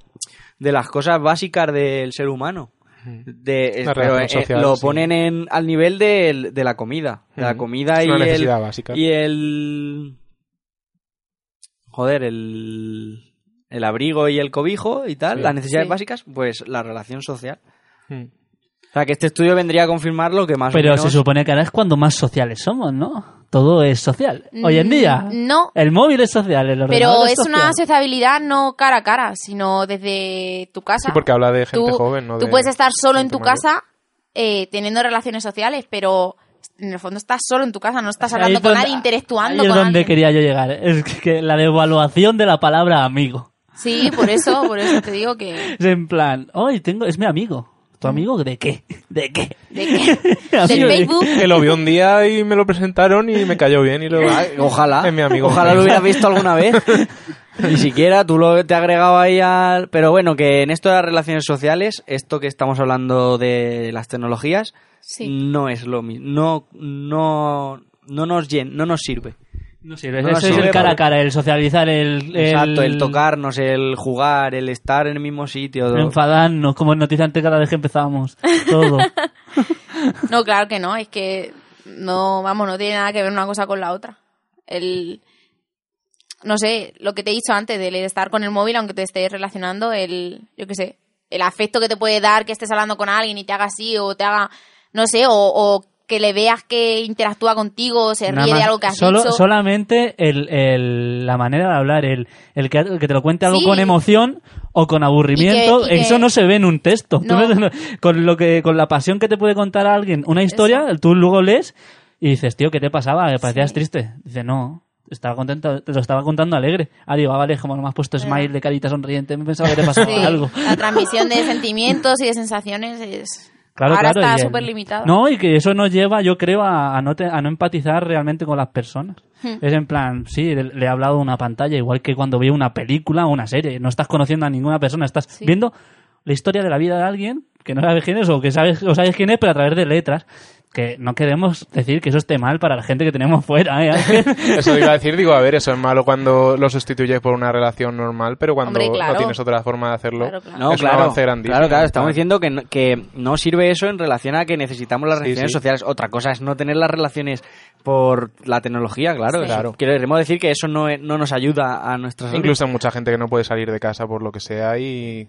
S2: de las cosas básicas del ser humano.
S9: Mm.
S2: De,
S9: Una
S2: pero,
S9: relación
S2: eh,
S9: social,
S2: lo
S9: sí.
S2: ponen en, al nivel del- de, la comida. De la
S9: Mm.
S2: comida
S9: Es
S2: y
S9: una
S2: el,
S9: necesidad básica.
S2: y el. Joder, el. El abrigo y el cobijo y tal,
S9: Sí.
S2: las necesidades
S10: Sí.
S2: básicas, pues la relación social.
S9: Mm.
S2: O sea, que este estudio vendría a confirmar lo que más. o
S8: Pero
S2: menos-
S8: se supone que ahora es cuando más sociales somos, ¿no? Todo es social. Hoy en día.
S10: Mm, No.
S8: El móvil es social, el ordenador
S10: Pero es una
S8: social.
S10: sociabilidad no cara a cara, sino desde tu casa.
S9: Sí, porque habla de gente joven, no
S10: Tú
S9: de
S10: puedes estar solo en
S9: gente
S10: tu
S9: mayor.
S10: casa eh, teniendo relaciones sociales, pero en el fondo estás solo en tu casa, no estás
S8: Ahí
S10: hablando
S8: es
S10: con
S8: donde-
S10: nadie, interactuando
S8: Ahí es
S10: con
S8: donde
S10: alguien.
S8: quería yo llegar. Es que la devaluación de la palabra amigo.
S10: Sí, por eso, por eso te digo que...
S8: Es en plan, hoy tengo, es mi amigo. ¿Tu amigo de qué? ¿De qué?
S10: Mm. ¿De qué?
S8: Así
S10: ¿Del
S8: de-
S10: Facebook?
S9: Que lo vi un día y me lo presentaron y me cayó bien y lo...
S2: Ay, Ojalá.
S9: Es mi amigo.
S2: Ojalá lo hubieras visto alguna vez. Ni siquiera tú lo te agregaba ahí al. Pero bueno, que en esto de las relaciones sociales, esto que estamos hablando de las tecnologías,
S8: Mm,
S10: Sí.
S2: no es lo mismo. No, no, no nos llen, no nos sirve.
S8: No sirve,
S2: No
S8: eso
S2: sirve
S8: es el cara a
S2: porque-
S8: cara, el socializar, el...
S2: Exacto, el tocarnos, el jugar, el estar en el mismo sitio.
S8: el enfadarnos, como en noticia antes cada vez que empezábamos. Todo.
S10: No, claro que no, es que no, vamos, no tiene nada que ver una cosa con la otra. El... No sé, lo que te he dicho antes, del estar con el móvil, aunque te estés relacionando, el, yo qué sé, el afecto que te puede dar que estés hablando con alguien y te haga así o te haga, no sé, o, o que que le veas que interactúa contigo, o se
S8: Nada
S10: ríe de
S8: más.
S10: algo que has
S8: Solo-
S10: dicho.
S8: Solamente el, el- la manera de hablar, el, el que, el que te lo cuente algo
S10: Sí.
S8: con emoción o con aburrimiento,
S10: Y que- y
S8: eso
S10: que-
S8: no se ve en un texto. Tú
S10: No.
S8: no- con, lo que, con la pasión que te puede contar alguien una historia, tú luego lees y dices, tío, ¿qué te pasaba? ¿Te parecías triste? Dice, no. Estaba contento, te lo estaba contando alegre. Ah, digo, ah, vale, como no me has puesto smile de carita sonriente, me pensaba que te pasaba
S10: Sí,
S8: algo.
S10: La transmisión de sentimientos y de sensaciones es...
S8: Claro,
S10: Ahora
S8: claro, y
S10: está
S8: el-
S10: súper limitada.
S8: No, y que eso nos lleva, yo creo, a, a no, te- a no empatizar realmente con las personas.
S10: Hmm.
S8: Es en plan, sí, le, le he hablado a una pantalla, igual que cuando veo una película o una serie. No estás conociendo a ninguna persona, estás viendo la historia de la vida de alguien que no sabes quién es o que sabes, o sabes quién es, pero a través de letras. Que no queremos decir que eso esté mal para la gente que tenemos fuera, ¿eh? Ángel?
S9: Eso iba a decir, digo, a ver, eso es malo cuando lo sustituyes por una relación normal, pero cuando
S10: Hombre, claro.
S9: no tienes otra forma de hacerlo,
S10: Claro, claro.
S2: No,
S9: es
S2: claro,
S9: un avance grandísimo.
S2: Claro, claro, estamos diciendo que no, que no sirve eso en relación a que necesitamos las
S9: Sí,
S2: relaciones
S9: sí.
S2: sociales. Otra cosa es no tener las relaciones por la tecnología, claro.
S10: Sí.
S2: eso-
S9: Claro.
S2: Queremos decir que eso no, es- no nos ayuda a nuestras
S9: Incluso hay mucha gente que no puede salir de casa por lo que sea y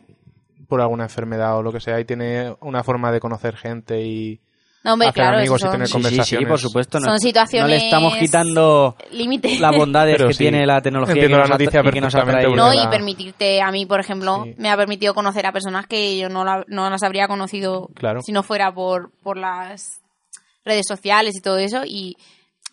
S9: por alguna enfermedad o lo que sea y tiene una forma de conocer gente y
S10: No, hombre,
S9: hacer
S10: claro,
S9: amigos
S10: esos
S9: y tener
S10: son
S2: Sí, sí, sí,
S9: conversaciones.
S2: por supuesto. No,
S10: Son situaciones-
S2: No le estamos quitando
S10: límites.
S2: las bondades
S9: Pero
S2: que
S9: sí,
S2: tiene la tecnología y que,
S9: entiendo
S2: nos
S9: la noticia
S2: atra- y que nos
S9: perfectamente,
S2: atrae.
S9: porque
S10: No,
S9: la-
S10: y permitirte, a mí, por ejemplo,
S9: Sí.
S10: me ha permitido conocer a personas que yo no, la- no las habría conocido
S9: Claro.
S10: si no fuera por, por las redes sociales y todo eso. Y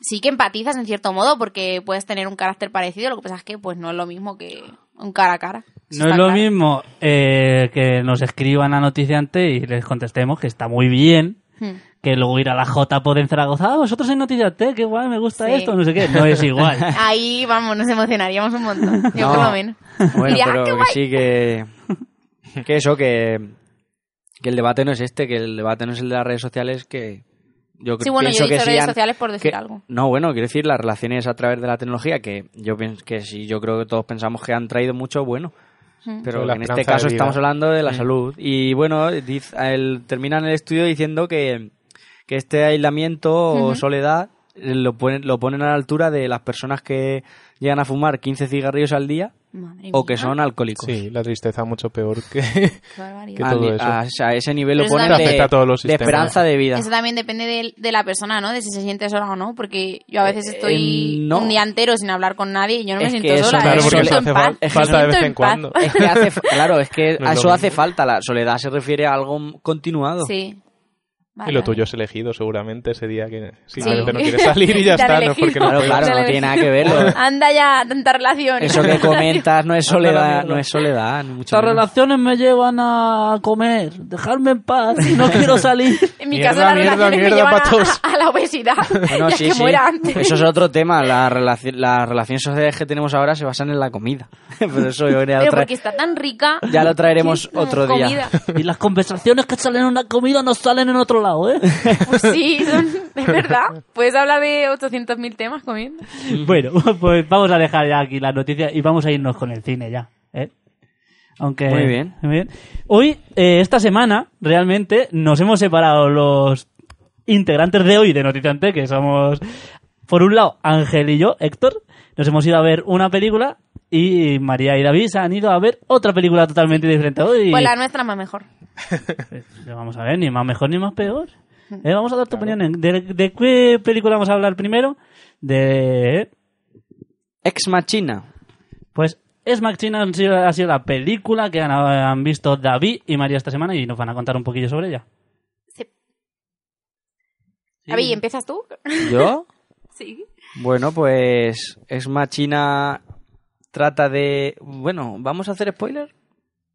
S10: sí que empatizas en cierto modo porque puedes tener un carácter parecido, lo que pasa es que pues no es lo mismo que un cara a cara. Eso
S8: No es
S10: está
S8: lo
S10: claro.
S8: mismo eh, que nos escriban a noticiante y les contestemos que está muy bien,
S10: Hmm.
S8: que luego ir a la J por en Zaragoza, ah, vosotros en Noticias T, qué guay, me gusta
S10: Sí.
S8: esto, no sé qué, no es igual.
S10: Ahí, vamos, nos emocionaríamos un montón. Yo
S2: No.
S10: por lo menos.
S2: Bueno,
S10: Diría,
S2: pero
S10: "Ah, qué
S2: que
S10: guay".
S2: sí que. Que eso, que. Que el debate no es este, que el debate no es el de las redes sociales, que. Yo
S10: Sí,
S2: cre-
S10: bueno, yo
S2: pienso
S10: he dicho
S2: que sí
S10: redes
S2: han-
S10: sociales por decir
S2: que-
S10: algo.
S2: No, bueno, quiero decir las relaciones a través de la tecnología, que yo pienso que sí, yo creo que todos pensamos que han traído mucho bueno. Pero
S10: Hmm.
S9: Sobre la
S2: en este
S9: esperanza de
S2: caso
S9: vida.
S2: estamos hablando de la
S9: Mm.
S2: salud. Y bueno, diz- el- terminan el estudio diciendo que, que este aislamiento o
S10: Ujú.
S2: soledad eh, lo ponen, lo ponen a la altura de las personas que llegan a fumar 15 cigarrillos al día
S10: Madre
S2: o que
S10: mía,
S2: son alcohólicos.
S9: Sí, pues, la tristeza mucho peor que...
S10: qué barbaridad.
S9: que todo
S2: ni-
S9: eso.
S2: o sea, ese nivel
S10: Pero
S2: lo
S10: eso
S2: ponen
S10: también-
S2: de,
S9: Afecta a todos los
S2: de
S9: sistemas.
S2: esperanza de vida.
S10: Eso también depende del- de, la persona, ¿no? De si se siente sola o no. Porque yo a veces
S2: Eh,
S10: estoy
S2: no.
S10: un día entero sin hablar con nadie y yo no me
S2: Es que
S10: siento
S2: eso
S10: sola.
S2: Claro,
S10: yo
S2: porque
S10: me
S2: eso
S10: siento
S9: hace
S10: en
S9: fal-
S10: paz,
S9: es
S10: me
S9: falta de
S10: siento
S9: vez en
S10: paz.
S9: cuando.
S2: Es que hace, fa- claro, es que
S9: No es
S2: a
S9: lo
S2: eso hace
S9: mismo.
S2: falta. La soledad se refiere a algo continuado.
S10: Sí. Vale,
S9: Y lo
S10: vale.
S9: tuyo es elegido seguramente ese día que
S10: Sí.
S9: simplemente no quieres salir y ya
S10: Te
S9: está,
S10: han
S9: no es
S10: elegido.
S9: porque no
S2: Claro,
S9: puedas.
S2: claro, no tiene nada que ver, lo-
S10: Anda ya, tanta relación.
S2: Eso que comentas no es
S8: Anda la
S2: soledad,
S8: mierda.
S2: no es soledad, ni mucho
S8: Las
S2: menos.
S8: relaciones me llevan a comer, dejarme en paz, no quiero salir.
S10: En mi
S9: Mierda,
S10: caso, las
S9: mierda,
S10: relaciones
S9: mierda,
S10: me llevan a-
S9: patos.
S10: a, la obesidad.
S2: Bueno,
S10: ya
S2: sí,
S10: que
S2: sí.
S10: muera antes.
S2: Eso es otro tema. La relaci- las relaciones sociales que tenemos ahora se basan en la comida. Pero eso yo ya lo,
S10: Pero
S2: tra-
S10: porque está tan rica.
S2: ya lo traeremos
S10: Mm,
S2: otro día.
S10: comida.
S8: Y las conversaciones que salen en una comida no salen en otro lado, ¿eh?
S10: Pues sí, son- es verdad. Puedes hablar de 800.000 temas comiendo.
S8: bueno, pues vamos a dejar ya aquí la noticia y vamos a irnos con el cine ya, ¿eh? Aunque,
S2: Muy bien.
S8: muy bien. Hoy, eh, esta semana, realmente nos hemos separado los integrantes de hoy de Noticiante, que somos, por un lado, Ángel y yo, Héctor, nos hemos ido a ver una película y María y David se han ido a ver otra película totalmente diferente hoy.
S10: Pues la nuestra más mejor.
S8: Pues, vamos a ver, ni más mejor ni más peor.
S10: Mm.
S8: Eh, vamos a dar tu opinión. en- ¿De, de qué película vamos a hablar primero? De.
S2: Ex Machina.
S8: Pues Es Machina ha sido, ha sido la película que han, han visto David y María esta semana y nos van a contar un poquillo sobre ella.
S10: Sí. David, ¿empiezas tú?
S2: ¿Yo?
S10: Sí.
S2: Bueno, pues Ex Machina trata de... Bueno, ¿vamos a hacer spoiler?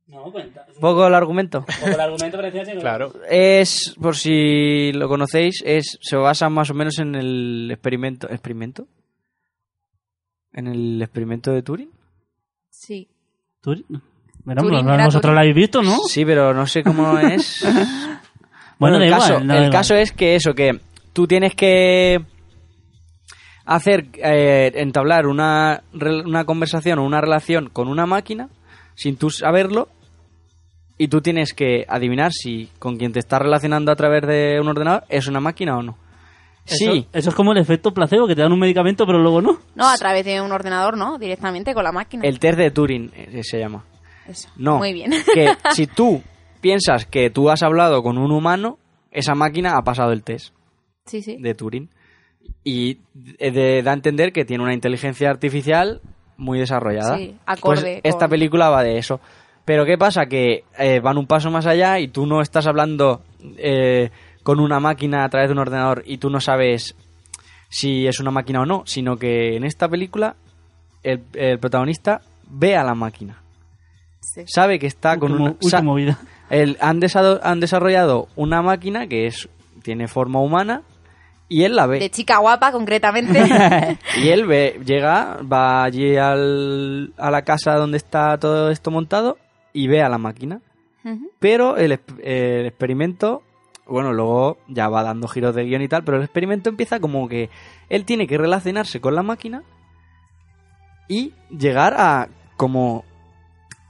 S8: No, cuenta.
S2: Un poco el argumento.
S8: el argumento parecía
S9: Claro.
S2: Es, por si lo conocéis, es se basa más o menos en el experimento... ¿Experimento? ¿En el experimento de Turing?
S10: Sí.
S8: Bueno,
S10: Turing,
S8: no-
S10: era
S8: vosotros
S10: Turing.
S8: la habéis visto, ¿no?
S2: Sí, pero no sé cómo es.
S8: Bueno, da
S2: el,
S8: igual,
S2: caso,
S8: no da
S2: el
S8: igual.
S2: caso es que eso, que tú tienes que hacer, eh, entablar una, re- una conversación o una relación con una máquina sin tú saberlo y tú tienes que adivinar si con quien te estás relacionando a través de un ordenador es una máquina o no.
S8: Eso-
S2: Sí,
S8: Eso es como el efecto placebo, que te dan un medicamento pero luego no.
S10: No, a través de un ordenador, no, directamente con la máquina.
S2: el test de Turing eh, se llama.
S10: Eso.
S2: No.
S10: Muy bien.
S2: Que si tú piensas que tú has hablado con un humano, esa máquina ha pasado el test.
S10: Sí, sí.
S2: de Turing. Y eh, de- da a entender que tiene una inteligencia artificial muy desarrollada.
S10: Sí, acorde
S2: Pues
S10: con-
S2: Esta película va de eso. Pero ¿qué pasa? Que eh, van un paso más allá y tú no estás hablando eh, con una máquina a través de un ordenador y tú no sabes si es una máquina o no, sino que en esta película el, el protagonista ve a la máquina.
S10: Sí.
S2: Sabe que está con
S8: Último-
S2: una...
S8: última
S2: sa-
S8: movida.
S2: el- han, desa- han desarrollado una máquina que es tiene forma humana y él la ve.
S10: De chica guapa, concretamente.
S2: Y él ve, llega, va allí al- a la casa donde está todo esto montado y ve a la máquina.
S10: Ujú.
S2: Pero el, exp- el experimento, bueno, luego ya va dando giros de guión y tal, pero el experimento empieza como que él tiene que relacionarse con la máquina y llegar a como...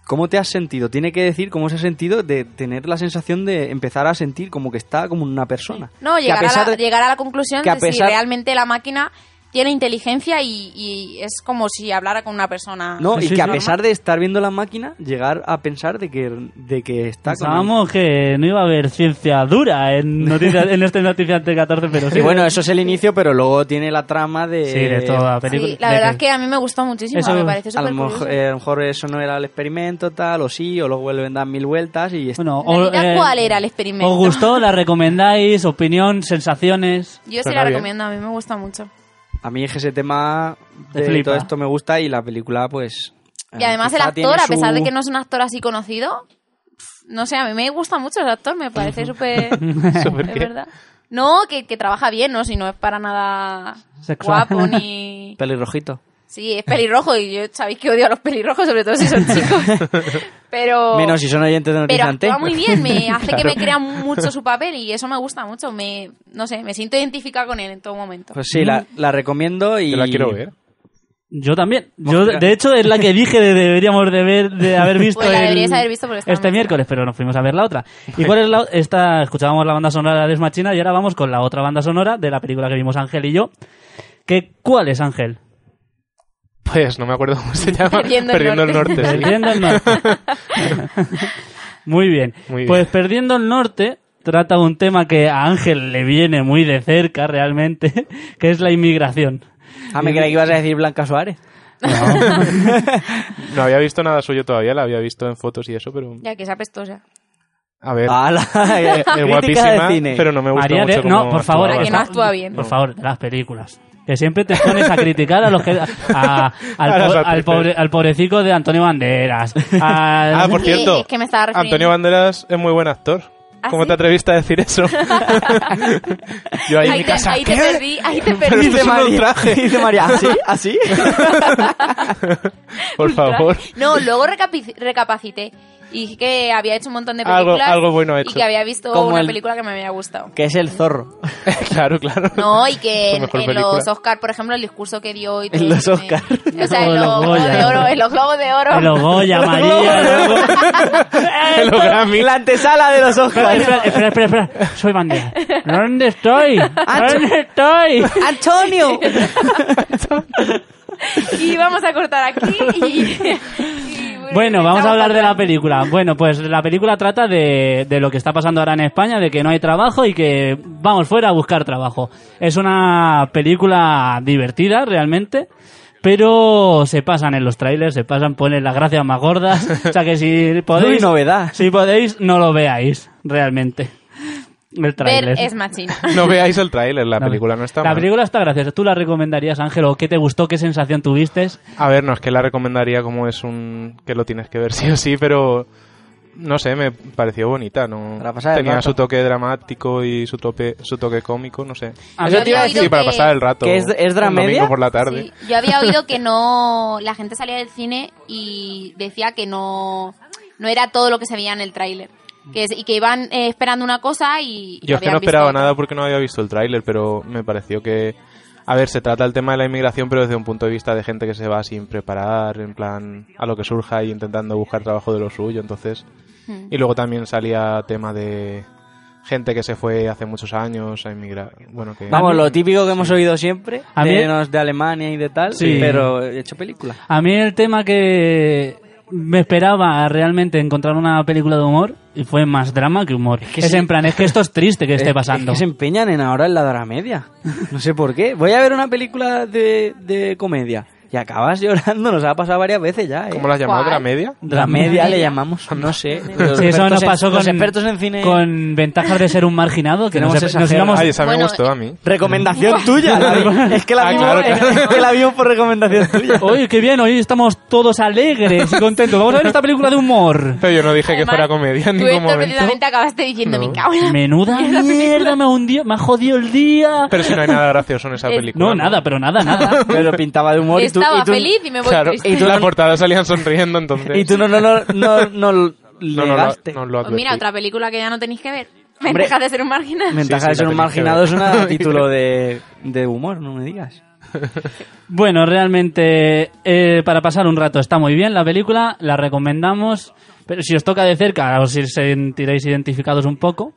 S2: ¿Cómo te has sentido? Tiene que decir cómo se ha sentido de tener la sensación de empezar a sentir como que está como una persona.
S10: No,
S2: Que a
S10: llegar a,
S2: pesar
S10: la,
S2: de-
S10: llegar a la conclusión
S2: que a
S10: de si
S2: pesar-
S10: realmente la máquina tiene inteligencia y, y es como si hablara con una persona.
S2: No, y
S8: Sí,
S2: que a
S8: sí.
S2: pesar de estar viendo la máquina, llegar a pensar de que, de que está con-
S8: Pensábamos que no iba a haber ciencia dura en, noticias, en este Noticiante 14, pero sí.
S2: Y bueno, eh, eso es el inicio, pero luego tiene la trama de...
S8: sí, de toda película.
S10: Sí, la
S8: de
S10: verdad es que a mí me gustó muchísimo,
S8: Eso-
S10: me parece
S2: A lo,
S10: súper
S2: mejor, eh, a lo mejor eso no era el experimento, tal, o sí, o luego vuelven a dar mil vueltas y... es-
S8: Bueno,
S10: En realidad,
S8: o- eh,
S10: ¿cuál era el experimento?
S8: ¿Os gustó? Pues ¿La recomendáis? ¿Opinión? ¿Sensaciones?
S10: Yo sí
S9: Suena
S10: la
S9: bien.
S10: recomiendo, a mí me gusta mucho.
S2: A mí es que ese tema
S8: Te
S2: de
S8: flipa.
S2: todo esto me gusta y la película, pues...
S10: Y además el actor, a pesar de que no es un actor así conocido, pf, no sé, a mí me gusta mucho el actor, me parece súper...
S9: ¿Súper
S10: es
S9: qué?
S10: verdad. No, que, que trabaja bien, ¿no? Si no es para nada
S8: Sexual.
S10: guapo ni...
S2: Pelirrojito.
S10: Sí, es pelirrojo y yo sabéis que odio a los pelirrojos, sobre todo si son chicos. Pero...
S2: Menos si son oyentes de
S10: Oh. pero
S2: Notizante.
S10: actúa muy bien, me hace que me crea mucho su papel y eso me gusta mucho. Me, no sé, me siento identificada con él en todo momento.
S2: Pues sí, la, la recomiendo y...
S9: Yo la quiero ver.
S8: Yo también. Yo,
S2: Hostia.
S8: de hecho, es la que dije de deberíamos de ver, de haber visto
S10: Pues la
S8: el-
S10: deberías haber visto porque estaba
S8: este
S10: muy
S8: miércoles, pero nos fuimos a ver la otra. ¿Y cuál es la o- esta? Escuchábamos la banda sonora de Esma China y ahora vamos con la otra banda sonora de la película que vimos Ángel y yo. Que, ¿Cuál es Ángel?
S9: Pues no me acuerdo cómo se llama.
S10: Perdiendo el norte.
S9: sí.
S8: Perdiendo el norte. Muy bien.
S9: Muy bien.
S8: Pues Perdiendo el norte trata un tema que a Ángel le viene muy de cerca realmente, que es la inmigración.
S2: Ah, me creía que ibas a decir Blanca Suárez.
S9: No había visto nada suyo todavía, la había visto en fotos y eso, pero.
S10: Ya que es apestosa.
S9: A ver.
S2: ¡Hala! Ah, Crítica
S9: Eh, es
S2: de
S9: guapísima,
S2: cine.
S9: pero no me gusta
S8: María
S9: mucho
S8: de-
S9: cómo
S8: no, por favor,
S10: La
S9: actuaba.
S10: que no actúa bien.
S8: Por favor, de las películas. Que siempre te pones a criticar a los que, a- al,
S9: A las
S8: po- al,
S9: actrices.
S8: pobre, al pobrecico de Antonio Banderas. al-
S9: Ah, por
S10: Es que-
S9: cierto,
S10: es que me estaba refiriendo.
S9: Antonio Banderas es muy buen actor.
S10: ¿Ah,
S9: ¿Cómo
S10: sí?
S9: te atreviste a decir eso? Yo ahí, en
S10: Ahí
S9: mi
S10: te,
S9: casa.
S10: ahí te
S9: ¿qué?
S10: perdí, ahí te
S9: Pero
S10: perdí.
S9: esto es un ultraje.
S2: Dice María, ¿Ah, ¿así? ¿Así?
S9: Por favor.
S10: No, luego recapi- recapacité y dije que había hecho un montón de
S9: Algo-
S10: películas
S9: algo bueno ha
S10: y
S9: hecho.
S10: que había visto
S2: Como
S10: una
S2: el-
S10: película que me había gustado.
S2: que es el zorro.
S9: claro, claro.
S10: No, y que
S9: Su
S10: en,
S9: mejor
S10: en
S9: película.
S10: los Oscar, por ejemplo, el discurso que dio y todo
S2: En los
S10: eso me-
S2: Oscar.
S10: O sea,
S8: O
S10: en
S8: en
S10: los
S8: los
S10: globos de
S8: Goya.
S10: oro, en los globos de oro.
S8: el Ogoya, María. el Ogo-
S9: El Grammy.
S2: La antesala de los
S8: espera,
S2: Oscars.
S8: espera, espera, espera, espera. Soy Banderas. ¿Dónde estoy? ¿Dónde estoy?
S2: ¡Antonio!
S10: Y vamos a cortar aquí. y- y
S8: Bueno, vamos a hablar de la
S10: otra.
S8: película. Bueno, pues la película trata de, de lo que está pasando ahora en España, de que no hay trabajo y que vamos fuera a buscar trabajo. Es una película divertida, realmente. Pero se pasan en los trailers, se pasan, ponen las gracias más gordas. O sea que si podéis,
S2: No hay novedad.
S8: si podéis, no lo veáis, realmente. El
S10: Ver
S8: trailer.
S10: es machina.
S9: No veáis el tráiler, la película no está
S8: La
S9: mal.
S8: película está graciosa. ¿Tú la recomendarías, Ángelo? ¿Qué te gustó? ¿Qué sensación tuviste?
S9: A ver, no es que la recomendaría como es un... que lo tienes que ver sí o sí, pero... No sé, me pareció bonita, ¿no?
S2: Para pasar el
S9: Tenía
S2: rato.
S9: su toque dramático y su, tope, su toque cómico, no sé.
S8: A
S10: Yo
S8: mí-
S10: te iba a decir
S9: Sí, para
S10: que-
S9: pasar el rato.
S2: ¿Que es- es
S9: un
S2: dramedia?
S9: domingo por la tarde.
S10: Sí, yo había oído que no. La gente salía del cine y decía que no. No era todo lo que se veía en el tráiler. Que es- y que iban eh, esperando una cosa y. y
S9: Yo es que
S10: habían
S9: no esperaba
S10: visto-
S9: nada porque no había visto el tráiler, pero me pareció que... A ver, se trata el tema de la inmigración, pero desde un punto de vista de gente que se va sin preparar, en plan, a lo que surja y intentando buscar trabajo de lo suyo, entonces...
S10: Hmm.
S9: Y luego también salía tema de gente que se fue hace muchos años a emigrar. Bueno, que...
S2: Vamos, lo típico que hemos oído siempre,
S8: A mí-
S2: de, los de Alemania y de tal,
S8: Sí.
S2: pero hecho película.
S8: A mí el tema que, me esperaba realmente encontrar una película de humor y fue más drama que humor. Es,
S2: que sí.
S8: en plan, es que esto es triste que esté pasando.
S2: Es que se empeñan en ahora en la hora media. No sé por qué. Voy a ver una película de, de comedia y acabas llorando. Nos ha pasado varias veces ya. ¿eh?
S9: ¿Cómo la has llamado?
S10: ¿Cuál?
S9: ¿La media?
S2: La media le llamamos, no sé. Los
S8: Sí, eso
S2: expertos
S8: nos
S2: en-
S8: pasó con,
S2: los expertos en cine.
S8: con ventajas de ser un marginado, que
S2: Tenemos
S8: nos,
S2: esa
S8: nos
S2: jerga.
S8: íbamos
S9: Ay, esa me
S10: Bueno, eh,
S9: gustó a mí.
S2: Recomendación tuya. la vi- es que la
S9: Ah,
S2: vimos,
S9: claro, claro.
S2: es que la vimos por recomendación tuya.
S8: Oye, qué bien, hoy estamos todos alegres y contentos. Vamos a ver esta película de humor.
S9: Pero yo no dije que
S10: Además,
S9: fuera comedia en
S10: Tú
S9: ningún
S10: esto
S9: momento.
S10: precisamente acabaste diciendo, me cago en la-".
S8: Menuda mierda, me hundió, me ha jodido el día.
S9: Pero si no hay nada gracioso en esa
S10: Eh,
S9: película.
S8: No, nada, pero nada, nada.
S2: Pero pintaba de humor y tú,
S10: Estaba
S2: y tú-
S10: feliz y me voy
S9: Claro,
S10: triste.
S2: Y tú
S9: la
S2: no-
S9: portada salían sonriendo, entonces.
S2: Y tú no, no, no, no, no,
S9: no, no, lo-
S2: negaste.
S9: no lo
S10: Pues mira,
S9: advertí.
S10: otra película que ya no tenéis que ver.
S2: Hombre.
S10: Ventajas de ser un marginal.
S2: Ventaja
S9: sí,
S2: de ser
S9: la
S2: un
S9: tenéis que
S2: marginado
S9: ver.
S2: es un título de, de humor, no me digas.
S8: Bueno, realmente eh, para pasar un rato está muy bien la película, la recomendamos, pero si os toca de cerca os ir- sentiréis identificados un poco.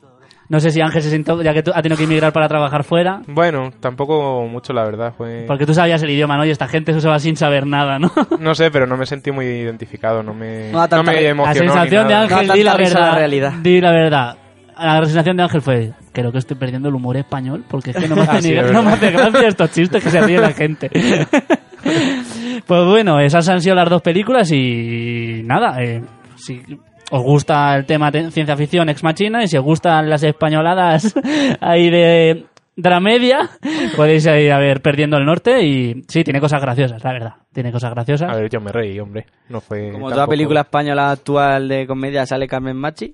S8: No sé si Ángel se sintió, ya que tú- ha tenido que emigrar para trabajar fuera,
S9: Bueno, tampoco mucho, la verdad. Fue...
S8: porque tú sabías el idioma, ¿no? Y esta gente se va sin saber nada, ¿no?
S9: No sé, pero no me sentí muy identificado. No me,
S2: No da tanta-
S9: me
S2: la
S8: La
S9: emocionó. ni
S8: sensación de
S9: nada.
S8: Ángel,
S2: No,
S8: di la
S2: tanta risa
S8: verdad.
S2: la realidad.
S8: Di la verdad. La sensación de Ángel fue, creo que estoy perdiendo el humor español porque es que no me hace,
S9: Ah, sí,
S8: ni-
S9: es
S8: no
S9: verdad.
S8: me hace gracia estos chistes que se ríe la gente. pues bueno, esas han sido las dos películas y nada, eh, si os gusta el tema de ciencia ficción ex machina y si os gustan las españoladas ahí de dramedia, podéis ir a ver Perdiendo el Norte y sí, tiene cosas graciosas, la verdad. Tiene cosas graciosas.
S9: A ver, yo me reí, hombre. No fue.
S2: Como toda
S9: tampoco-
S2: película española actual de comedia sale Carmen Machi.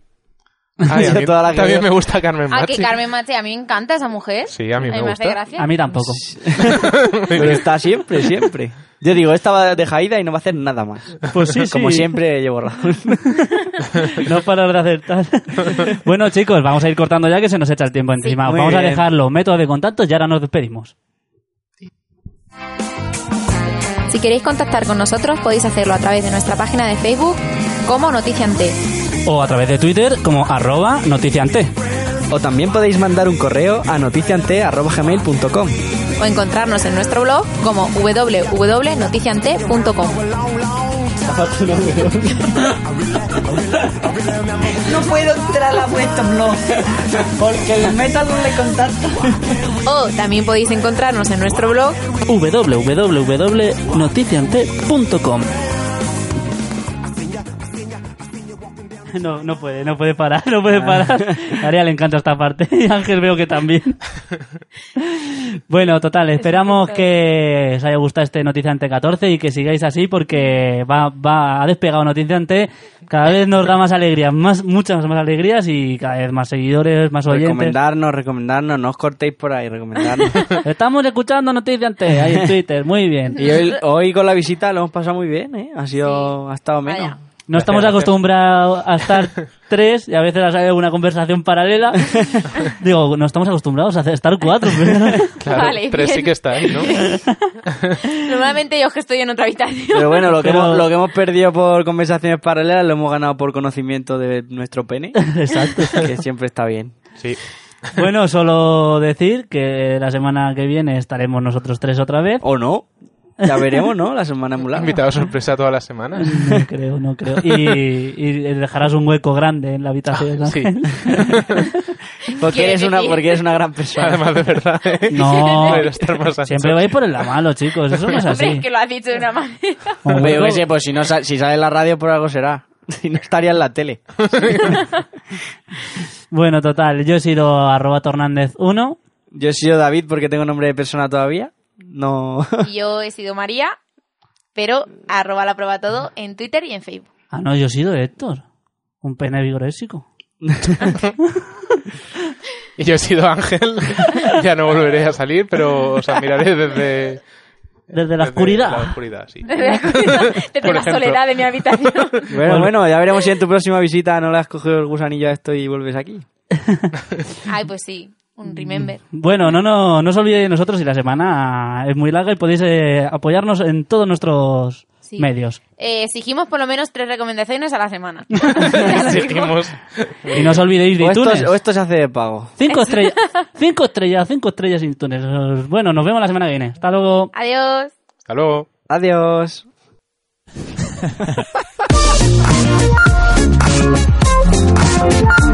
S9: Ay, a mí
S2: Toda la que
S9: también
S2: veo.
S9: me gusta Carmen
S10: Ah, que
S9: Machi.
S10: Carmen Machi, a mí me encanta esa mujer. Eh,
S9: Sí, a mí me
S10: me
S9: gusta.
S10: hace gracia.
S8: A mí tampoco.
S2: Pero está siempre, siempre. Yo digo, esta va de Jaida y no va a hacer nada más.
S8: Pues sí, sí.
S2: Como siempre llevo razón.
S8: No parar de acertar. bueno, chicos, vamos a ir cortando ya que se nos echa el tiempo encima.
S2: muy
S8: vamos a
S2: bien.
S8: dejar los métodos de contacto y ahora nos despedimos.
S10: Si queréis contactar con nosotros podéis hacerlo a través de nuestra página de Facebook como Noticiante.
S8: O a través de Twitter como arroba noticiante.
S2: O también podéis mandar un correo a noticiante.gmail.com
S10: o encontrarnos en nuestro blog como www.noticiante.com.
S3: No puedo entrar a vuestro blog porque el metal no le contacta.
S10: O también podéis encontrarnos en nuestro blog
S8: www.noticiante.com No, no puede, no puede parar, no puede parar. A Ariel le encanta esta parte y Ángel veo que también. Bueno, total, esperamos que os haya gustado este Noticiante 14 y que sigáis así porque va, va, ha despegado Noticiante. Cada vez nos da más alegrías, más, muchas más alegrías y cada vez más seguidores, más oyentes.
S2: Recomendarnos, recomendarnos, no os cortéis por ahí, recomendarnos.
S8: Estamos escuchando Noticiante ahí en Twitter, muy bien.
S2: Y hoy, hoy con la visita lo hemos pasado muy bien, ¿eh? Ha sido, ha estado menos.
S10: Vaya.
S8: No estamos acostumbrados a estar tres y a veces hay una conversación paralela. Digo, no estamos acostumbrados a hacer- estar cuatro. pero-
S9: Claro,
S10: Vale,
S9: tres
S10: bien.
S9: sí que está ahí, ¿no?
S10: Normalmente yo es que estoy en otra habitación.
S2: Pero bueno, lo que,
S8: Pero-
S2: Hemos, lo que hemos perdido por conversaciones paralelas lo hemos ganado por conocimiento de nuestro pene,
S8: Exacto.
S2: que siempre está bien.
S9: Sí.
S8: Bueno, solo decir que la semana que viene estaremos nosotros tres otra vez.
S9: Oh.
S2: O no, ya veremos, ¿no? La semana emulada.
S9: Invitado sorpresa todas las semanas.
S8: No creo, no creo. Y, y dejarás un hueco grande en la habitación.
S9: Ah, Sí.
S2: Porque eres, una,
S10: decir?
S2: porque eres una gran persona.
S9: Además, de verdad. ¿eh?
S8: No,
S9: Pero estar más
S8: siempre
S9: ancho.
S8: vais por el la malo, chicos. Eso no es
S10: Hombre,
S8: así.
S10: es que lo has dicho de una manera.
S8: Un
S2: Hombre, yo
S8: hueco-
S2: qué sé, pues si, no sal- si sale en la radio por algo será. Si no estaría en la tele.
S8: Bueno, total, yo he sido arroba tornández 1.
S2: Yo he sido David porque tengo nombre de persona todavía. No.
S10: Y Yo he sido María, pero arroba la prueba todo en Twitter y en Facebook.
S8: Ah, no, yo he sido Héctor. Un pene vigorésico.
S9: Y yo he sido Ángel. ya no volveré a salir, pero os admiraré desde.
S8: Desde la
S9: desde
S8: oscuridad.
S9: La oscuridad, sí.
S10: Desde
S9: Por
S10: la
S9: ejemplo.
S10: soledad de mi habitación.
S2: Bueno, Pues bueno, ya veremos si en tu próxima visita no le has cogido el gusanillo a esto y vuelves aquí.
S10: Ay, pues sí, un remember.
S8: Bueno, no, no, no os olvidéis de nosotros y la semana es muy larga y podéis eh, apoyarnos en todos nuestros
S10: Sí.
S8: medios.
S10: Eh, exigimos por lo menos tres recomendaciones a la semana.
S9: Seguimos.
S8: Y no os olvidéis de
S2: O esto,
S8: iTunes.
S2: o esto se hace de pago.
S8: Cinco estrellas, cinco estrellas, cinco estrellas en iTunes. Os- Bueno, nos vemos la semana que viene. Hasta luego.
S10: Adiós.
S9: Hasta luego.
S2: Adiós.
S4: Thank you.